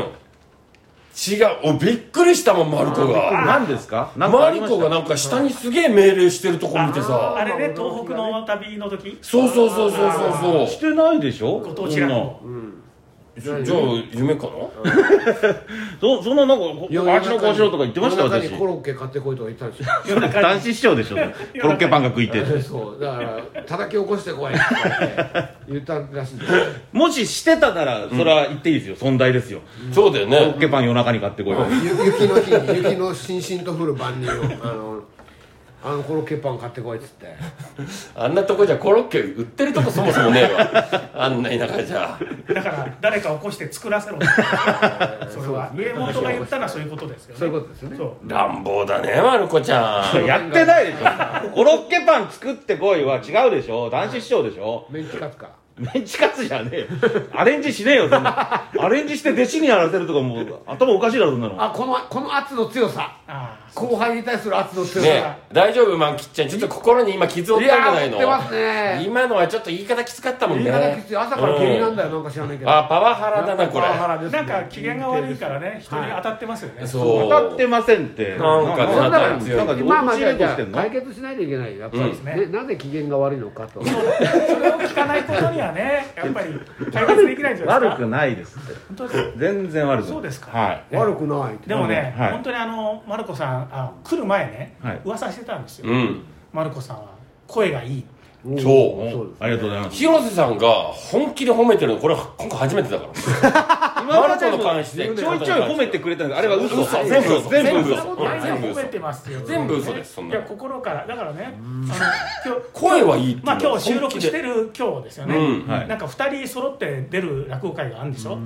[SPEAKER 2] うおびっくりしたもんマルコが
[SPEAKER 1] 何ですかなんかあ
[SPEAKER 2] マ
[SPEAKER 1] り
[SPEAKER 2] ル
[SPEAKER 1] ま
[SPEAKER 2] コ
[SPEAKER 1] した
[SPEAKER 2] がなんか下にすげえ命令してるとこ見て
[SPEAKER 3] あ
[SPEAKER 2] さ
[SPEAKER 3] れね東北の旅の時
[SPEAKER 2] そうそうそうそうそう
[SPEAKER 1] し
[SPEAKER 2] そ
[SPEAKER 1] てないでしょ
[SPEAKER 3] ご当地落語
[SPEAKER 2] うじゃじゃあ夢かな
[SPEAKER 1] そんなそそんななんかこ
[SPEAKER 4] 夜
[SPEAKER 1] こあっちの
[SPEAKER 4] 中に
[SPEAKER 1] こうしろとか言ってましたよ
[SPEAKER 4] 夜中
[SPEAKER 1] 私
[SPEAKER 4] にコロッケ買ってこいとか言ったんですよ
[SPEAKER 3] 夜中
[SPEAKER 1] 男子師匠でしょコロッケパンが食いてる
[SPEAKER 4] そうだから叩き起こしてこいとか言ったらしいんですよ
[SPEAKER 1] もししてたならそれは言っていいですよ存在ですよ
[SPEAKER 2] そうだよ
[SPEAKER 1] コロッ
[SPEAKER 2] ね
[SPEAKER 1] ケパン夜中に買ってこいよ
[SPEAKER 4] ゆ雪の日に雪のしんしんと降る晩にあのあのコロッケパン買ってこいっつって
[SPEAKER 2] あんなとこじゃコロッケ売ってるとこそもそもねえ わあんな田舎じゃ
[SPEAKER 3] だから誰か起こして作らせろそれは家元が言ったらそういうことですよね
[SPEAKER 4] そういうことですよね
[SPEAKER 3] そう
[SPEAKER 2] 乱暴だねマルコち ゃん
[SPEAKER 1] やってないでしょコロッケパン作ってこいは違うでしょ男子師匠でしょ
[SPEAKER 4] メンチカツか
[SPEAKER 1] メンチカツじゃねえよアレンジしねえよそんなアレンジして弟子にやらせるとかもう頭おかしいだろそんなの
[SPEAKER 4] あこのこの圧の強さ
[SPEAKER 3] ああ
[SPEAKER 4] 後輩に対する圧の強さ、
[SPEAKER 2] ね大丈夫マンキッちゃんちょっと心に今傷を負ったんじゃないの
[SPEAKER 4] いやー負ってますね
[SPEAKER 2] 今のはちょっと言い方きつかったもん
[SPEAKER 4] 言い
[SPEAKER 2] ね
[SPEAKER 4] 方きつい朝から下痢なんだよ、なんか知らないけど
[SPEAKER 2] あパワハラだなこれ
[SPEAKER 4] パワハラですね
[SPEAKER 3] なんか機嫌が悪いからね人に当たってますよね
[SPEAKER 2] そう
[SPEAKER 1] 当たってませんって
[SPEAKER 2] なん
[SPEAKER 1] な
[SPEAKER 2] かね
[SPEAKER 4] そ
[SPEAKER 1] んか
[SPEAKER 2] 当た
[SPEAKER 4] んな
[SPEAKER 1] なんか
[SPEAKER 2] り強い
[SPEAKER 1] なんか
[SPEAKER 4] まあまあじゃあ
[SPEAKER 1] 落
[SPEAKER 4] じ
[SPEAKER 1] ちることし
[SPEAKER 4] ゃ
[SPEAKER 1] て
[SPEAKER 4] あ
[SPEAKER 1] んの
[SPEAKER 4] 解決しないといけないやっぱ
[SPEAKER 2] うん
[SPEAKER 4] り、
[SPEAKER 3] ですね
[SPEAKER 4] でなぜ機嫌が悪いのかと
[SPEAKER 3] それを聞かないことにはねやっぱり解決できないんじゃないで
[SPEAKER 1] 悪
[SPEAKER 3] すか
[SPEAKER 1] くないですって
[SPEAKER 3] 本当ですよ
[SPEAKER 1] 全然悪くない
[SPEAKER 3] そうですか
[SPEAKER 1] はい
[SPEAKER 4] 悪くないって
[SPEAKER 3] でもね、
[SPEAKER 1] はい
[SPEAKER 3] 本当にあのマルコさんあ来る前ね、
[SPEAKER 1] はい
[SPEAKER 3] 噂してたんですよ、
[SPEAKER 2] うん
[SPEAKER 3] マルコさんは声がいい
[SPEAKER 4] うん
[SPEAKER 2] そう
[SPEAKER 4] そうです
[SPEAKER 1] ありがとうございます
[SPEAKER 2] 広瀬さんが本気で褒めてるのこれ今回初めてだから
[SPEAKER 1] 今ま
[SPEAKER 2] マル
[SPEAKER 1] で
[SPEAKER 2] コ
[SPEAKER 1] も
[SPEAKER 2] の関して
[SPEAKER 1] ちょいちょい褒めてくれたんですあれは嘘
[SPEAKER 2] 嘘
[SPEAKER 1] 全部嘘全部
[SPEAKER 2] 全部
[SPEAKER 1] 嘘
[SPEAKER 2] 嘘
[SPEAKER 3] 毎日
[SPEAKER 2] 全部
[SPEAKER 3] 褒
[SPEAKER 2] 嘘
[SPEAKER 3] めてますよ
[SPEAKER 2] 全部嘘ですそんなの
[SPEAKER 3] いや心からだからねあの今日
[SPEAKER 2] 声はいいっていうの
[SPEAKER 3] ま
[SPEAKER 2] は
[SPEAKER 3] あ今日収録してる今日ですよね、
[SPEAKER 2] うん
[SPEAKER 1] はい
[SPEAKER 3] なんか2人揃って出る落語会があるんでしょ、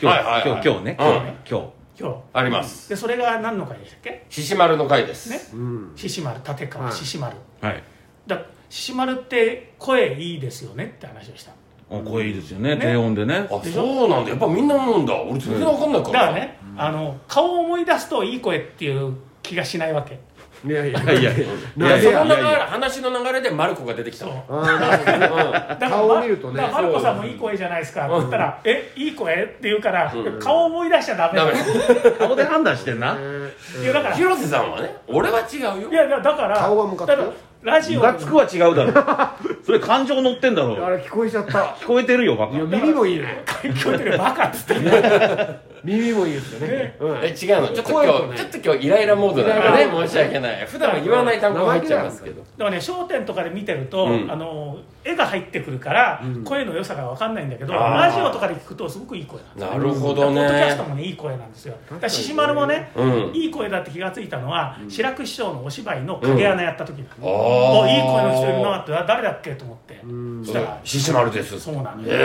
[SPEAKER 1] 今
[SPEAKER 2] はいはいは
[SPEAKER 1] 日
[SPEAKER 2] い
[SPEAKER 1] 今日今日ね
[SPEAKER 2] うん
[SPEAKER 1] 今日ね今
[SPEAKER 3] 今日
[SPEAKER 2] あります
[SPEAKER 3] でそれが何の会でしたっけ
[SPEAKER 2] 獅子丸の回です
[SPEAKER 3] ね
[SPEAKER 4] うん
[SPEAKER 3] 獅子丸立川
[SPEAKER 4] はい
[SPEAKER 3] 獅子丸
[SPEAKER 1] 日はい
[SPEAKER 3] だ獅子丸って声いいですよねって話をした
[SPEAKER 1] お声いいですよね低音でね
[SPEAKER 2] あ
[SPEAKER 3] でしょ
[SPEAKER 2] そうなんだやっぱみんな思うんだ俺全然わかんないか
[SPEAKER 3] だかららね、あの顔を思い出すといい声っていう気がしないわけ
[SPEAKER 4] いやいや
[SPEAKER 1] いやいやい
[SPEAKER 2] いや
[SPEAKER 1] や
[SPEAKER 2] そ
[SPEAKER 1] いや
[SPEAKER 2] の流
[SPEAKER 1] い
[SPEAKER 2] れ
[SPEAKER 1] や
[SPEAKER 2] 話の流れでマルコが出てきたの
[SPEAKER 3] そう
[SPEAKER 4] あーなるほど
[SPEAKER 2] う
[SPEAKER 4] ね
[SPEAKER 3] だから
[SPEAKER 4] 顔を見るとね
[SPEAKER 3] だからマルコさんもいい声じゃないですかって言ったら「えいい声?」って言うから、顔を思い出しちゃダメ
[SPEAKER 2] んダ
[SPEAKER 3] だ
[SPEAKER 2] メ
[SPEAKER 3] よ
[SPEAKER 1] 顔で判断してんな
[SPEAKER 3] いやだから い
[SPEAKER 2] 広瀬さんはね俺は違うよ
[SPEAKER 3] やいやだから
[SPEAKER 4] 顔が向かってる
[SPEAKER 3] だらラジ
[SPEAKER 1] ム
[SPEAKER 3] オ
[SPEAKER 1] カつくは違うだろ それ感情乗ってんだ
[SPEAKER 4] あ
[SPEAKER 1] ろ
[SPEAKER 4] れ聞こえちゃった
[SPEAKER 1] 聞こえてるよバカ
[SPEAKER 4] いや耳もいいね
[SPEAKER 3] 聞こえてるバカっつって
[SPEAKER 4] 耳もいいですよね
[SPEAKER 3] ね
[SPEAKER 4] うん
[SPEAKER 2] え違うのちょっと今
[SPEAKER 4] 声と
[SPEAKER 2] 日
[SPEAKER 4] ね
[SPEAKER 2] ちょっと今日イライラモードだか
[SPEAKER 3] イライ
[SPEAKER 2] ら
[SPEAKER 3] ラモー
[SPEAKER 2] ね申し訳ない普段は言わない単語が入っちゃいますけど
[SPEAKER 3] だからね『笑点』とかで見てると、
[SPEAKER 2] うん
[SPEAKER 3] あの絵が入ってくるから、声の良さが分かんないんだけど
[SPEAKER 2] あー
[SPEAKER 3] ラジオとかで聞くとすごくいい声なんですよ
[SPEAKER 2] なるほどね
[SPEAKER 3] だからポッドキャストもねいい声なんですよだから獅子丸もね、
[SPEAKER 2] うん
[SPEAKER 3] いい声だって気がついたのは、白く師匠のお芝居の影穴やった時だ、
[SPEAKER 2] あー
[SPEAKER 3] おいい声の人いるなって誰だっけと思って、そしたら
[SPEAKER 2] シシマルです
[SPEAKER 3] そうなのよ、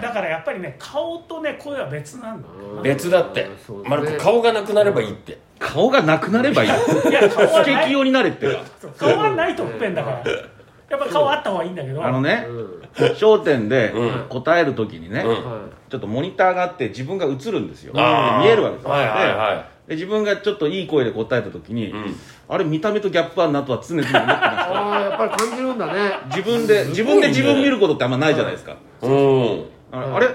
[SPEAKER 3] だからやっぱりね顔とね声は別なんだ
[SPEAKER 2] 別だって
[SPEAKER 4] そうです
[SPEAKER 2] マ
[SPEAKER 4] ね
[SPEAKER 2] ルコ顔がなくなればいいって
[SPEAKER 1] 顔がなくなれ ばいい
[SPEAKER 3] いや顔は
[SPEAKER 1] 不
[SPEAKER 3] な
[SPEAKER 1] 景気
[SPEAKER 3] い
[SPEAKER 1] 用になれってか
[SPEAKER 3] 顔はないとっぺんだからやっぱ顔あった方がいいんだけ ど
[SPEAKER 1] あのね
[SPEAKER 4] うん
[SPEAKER 1] 『笑点』で
[SPEAKER 2] うん
[SPEAKER 1] 答える時にね
[SPEAKER 2] うん
[SPEAKER 4] は
[SPEAKER 1] ちょっとモニターがあって自分が映るんですよ見
[SPEAKER 2] あー
[SPEAKER 1] えるわけですよ
[SPEAKER 2] はいはいは
[SPEAKER 1] でで自分がちょっといい声で答えた時に
[SPEAKER 2] ん
[SPEAKER 1] あれ見た目とギャップあんなとは常々思って
[SPEAKER 4] い
[SPEAKER 1] ま
[SPEAKER 4] ああやっぱり感じるんだね
[SPEAKER 1] す自分で自分で自分見ることってあんまないじゃないですか
[SPEAKER 2] うん
[SPEAKER 1] あれあれ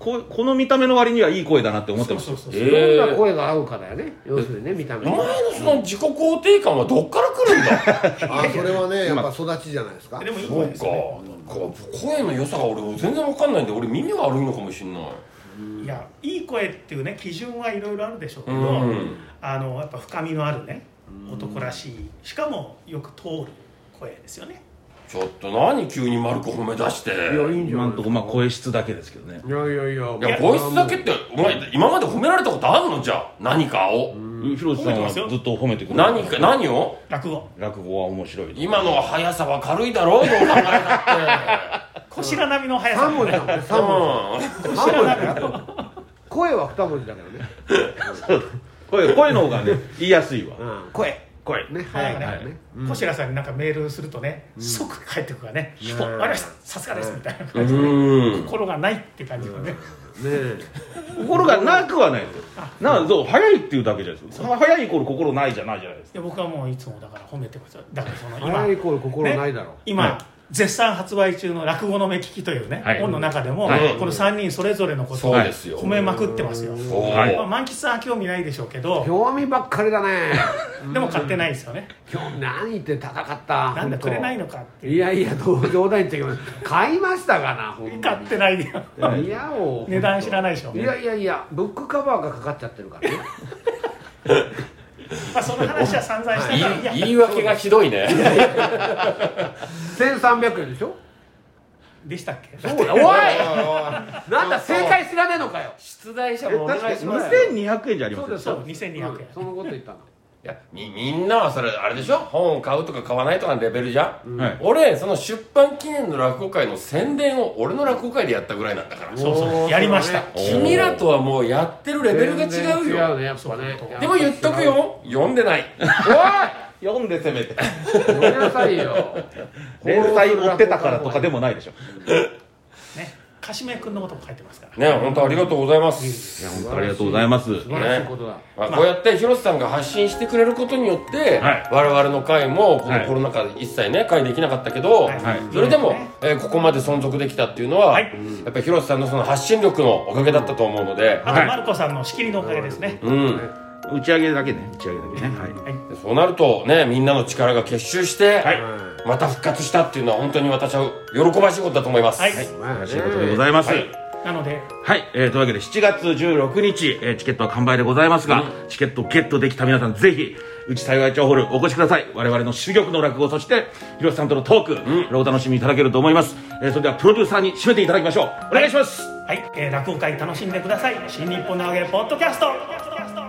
[SPEAKER 1] ここの見た目の割にはいい声だなって思って
[SPEAKER 3] そう
[SPEAKER 1] ます
[SPEAKER 3] そうそうそう
[SPEAKER 2] え
[SPEAKER 4] どんな
[SPEAKER 2] え
[SPEAKER 4] 声が合うかだよね要するにね見た
[SPEAKER 2] お
[SPEAKER 4] 目
[SPEAKER 2] 前のその自己肯定感はどっから来るんだ
[SPEAKER 4] あそれはねやっぱ育ちじゃないですか
[SPEAKER 3] でもいい
[SPEAKER 2] そ
[SPEAKER 3] 声
[SPEAKER 2] う
[SPEAKER 3] です
[SPEAKER 2] か
[SPEAKER 3] よね
[SPEAKER 2] こ声の良さが俺全然わかんないんで俺耳が悪いのかもしんない
[SPEAKER 3] いやいい声っていうね基準はいろいろあるでしょうけ
[SPEAKER 2] う
[SPEAKER 3] ど、
[SPEAKER 2] ん
[SPEAKER 3] あのやっぱ深みのあるね男らしいしかもよく通る声ですよね
[SPEAKER 2] ちょっと何急にマルコ褒め出して
[SPEAKER 4] いやいいんじゃな
[SPEAKER 1] 今
[SPEAKER 4] い
[SPEAKER 1] んとこまあ声質だけですけどね
[SPEAKER 4] いやいやいや
[SPEAKER 2] いやボイスだけってお前今まで褒められたことあんのじゃあ何かを
[SPEAKER 1] 広瀬さんはずっと褒めてくれる
[SPEAKER 2] 何か何を
[SPEAKER 3] 落語
[SPEAKER 1] 落語は面白い
[SPEAKER 2] 今のは速さは軽いだろうどう考えたって
[SPEAKER 3] こしら並みの速さ
[SPEAKER 4] 三文字だもんね
[SPEAKER 2] う
[SPEAKER 4] 三文
[SPEAKER 2] ん
[SPEAKER 4] 字三文字だよ声は二文字だけどね、
[SPEAKER 1] 声声の方がね言いやすいわ
[SPEAKER 4] うん、声
[SPEAKER 1] 声
[SPEAKER 4] ね
[SPEAKER 3] は
[SPEAKER 4] 早
[SPEAKER 3] い
[SPEAKER 4] いからね、
[SPEAKER 3] 小白さんになんかメールするとね、即返ってくるからね「
[SPEAKER 4] ん
[SPEAKER 3] わかりましたさすがです」みたいな
[SPEAKER 2] う
[SPEAKER 3] 感じで
[SPEAKER 2] ん
[SPEAKER 3] 心がないって感じがね
[SPEAKER 4] ねえ
[SPEAKER 1] 心がなくはないですよなそう早いっていうだけじゃないですか早いイコール心ないじゃないじゃないですか
[SPEAKER 3] で僕はもういつもだから褒めてますよだからその
[SPEAKER 4] 早いイ
[SPEAKER 3] 今
[SPEAKER 4] コール心ないだろう、
[SPEAKER 3] 今、絶賛発売中の落語の目利きというね、
[SPEAKER 1] はい
[SPEAKER 3] 本の中でも、
[SPEAKER 1] はい
[SPEAKER 3] この3人それぞれのことを
[SPEAKER 2] そうですよ
[SPEAKER 3] 褒めまくってますよ。
[SPEAKER 2] そう
[SPEAKER 1] はい
[SPEAKER 3] まあ、満喫さんは興味ないでしょうけど、
[SPEAKER 4] 興味ばっかりだね
[SPEAKER 3] でも買ってないですよね。
[SPEAKER 4] 興味何言って高かっ
[SPEAKER 3] な
[SPEAKER 4] た
[SPEAKER 3] んだ
[SPEAKER 4] 本当
[SPEAKER 3] くれないのかっていう
[SPEAKER 4] いやいやどう冗談言ってきます買いましたかなほん
[SPEAKER 3] 買ってないよ。
[SPEAKER 4] まにいやお
[SPEAKER 3] 値段知らないでしょ
[SPEAKER 4] いやいやいやブックカバーがかかっちゃってるからね
[SPEAKER 3] まあ、その話は散々したから、い
[SPEAKER 2] 言
[SPEAKER 3] や
[SPEAKER 2] い言い訳がひどいね
[SPEAKER 4] 1300円でしょ
[SPEAKER 3] でしたっけ
[SPEAKER 4] そうだおいなんだ正解知らねえのかよ
[SPEAKER 2] 出題者
[SPEAKER 1] え
[SPEAKER 2] もお願
[SPEAKER 1] 確か
[SPEAKER 2] い
[SPEAKER 1] に
[SPEAKER 2] します
[SPEAKER 1] 2200円じゃありま
[SPEAKER 4] そ
[SPEAKER 1] せ
[SPEAKER 4] うんで
[SPEAKER 1] ですした
[SPEAKER 3] そう2200円
[SPEAKER 4] うんそのこと言ったの
[SPEAKER 2] いやみみんなはそれあれでしょ本を買うとか買わないとかのレベルじゃん、
[SPEAKER 1] はい
[SPEAKER 2] 俺その出版記念の落語会の宣伝を俺の落語会でやったぐらいなんだから
[SPEAKER 3] そうそうやりました
[SPEAKER 4] お
[SPEAKER 2] 君らとはもうやってるレベルが違う
[SPEAKER 4] 全然違う
[SPEAKER 2] よ
[SPEAKER 4] ねやっぱね
[SPEAKER 2] でも言っとくよ読んでない
[SPEAKER 1] 読んでせめて
[SPEAKER 4] ごめんなさいよ
[SPEAKER 1] 連載追ってたからとかでもないでしょ
[SPEAKER 3] ね。かしめ君のことも書いてますから。
[SPEAKER 2] ね本当ありがとうございます、
[SPEAKER 1] いや本当ありがとうございます
[SPEAKER 4] 素晴らしいことだ
[SPEAKER 2] まあ、こうやって広瀬さんが発信してくれることによって、
[SPEAKER 1] はい
[SPEAKER 2] 我々の会もこ
[SPEAKER 1] は
[SPEAKER 2] の
[SPEAKER 1] い
[SPEAKER 2] コロナ禍で一切ね会できなかったけど、
[SPEAKER 3] はい
[SPEAKER 2] それでも、
[SPEAKER 3] はい
[SPEAKER 2] えーここまで存続できたっていうのは、
[SPEAKER 3] はい
[SPEAKER 2] やっぱり広瀬さんのその発信力のおかげだったと思うので、
[SPEAKER 3] あと、マルコさんの仕切りのおかげですね。
[SPEAKER 2] うん、
[SPEAKER 1] 打ち上げだけね打ち上げだけねはい
[SPEAKER 3] はい。
[SPEAKER 2] でそうなるとねみんなの力が結集して、また復活したっていうのは本当に私は喜ばしいことだと思います、
[SPEAKER 3] はい
[SPEAKER 1] らしいことでございます
[SPEAKER 2] は
[SPEAKER 1] はいい、
[SPEAKER 3] なので、
[SPEAKER 1] えーというわけで7月16日、えーチケットは完売でございますが、チケットゲットできた皆さんぜひうち幸い町ホールお越しください我々の珠玉の落語そして広瀬さんとのトーク、これお楽しみいただけると思います、えーそれではプロデューサーに締めていただきましょうお願いします
[SPEAKER 3] はい、えー、落語会楽しんでください。新日本の揚げポッドキャスト。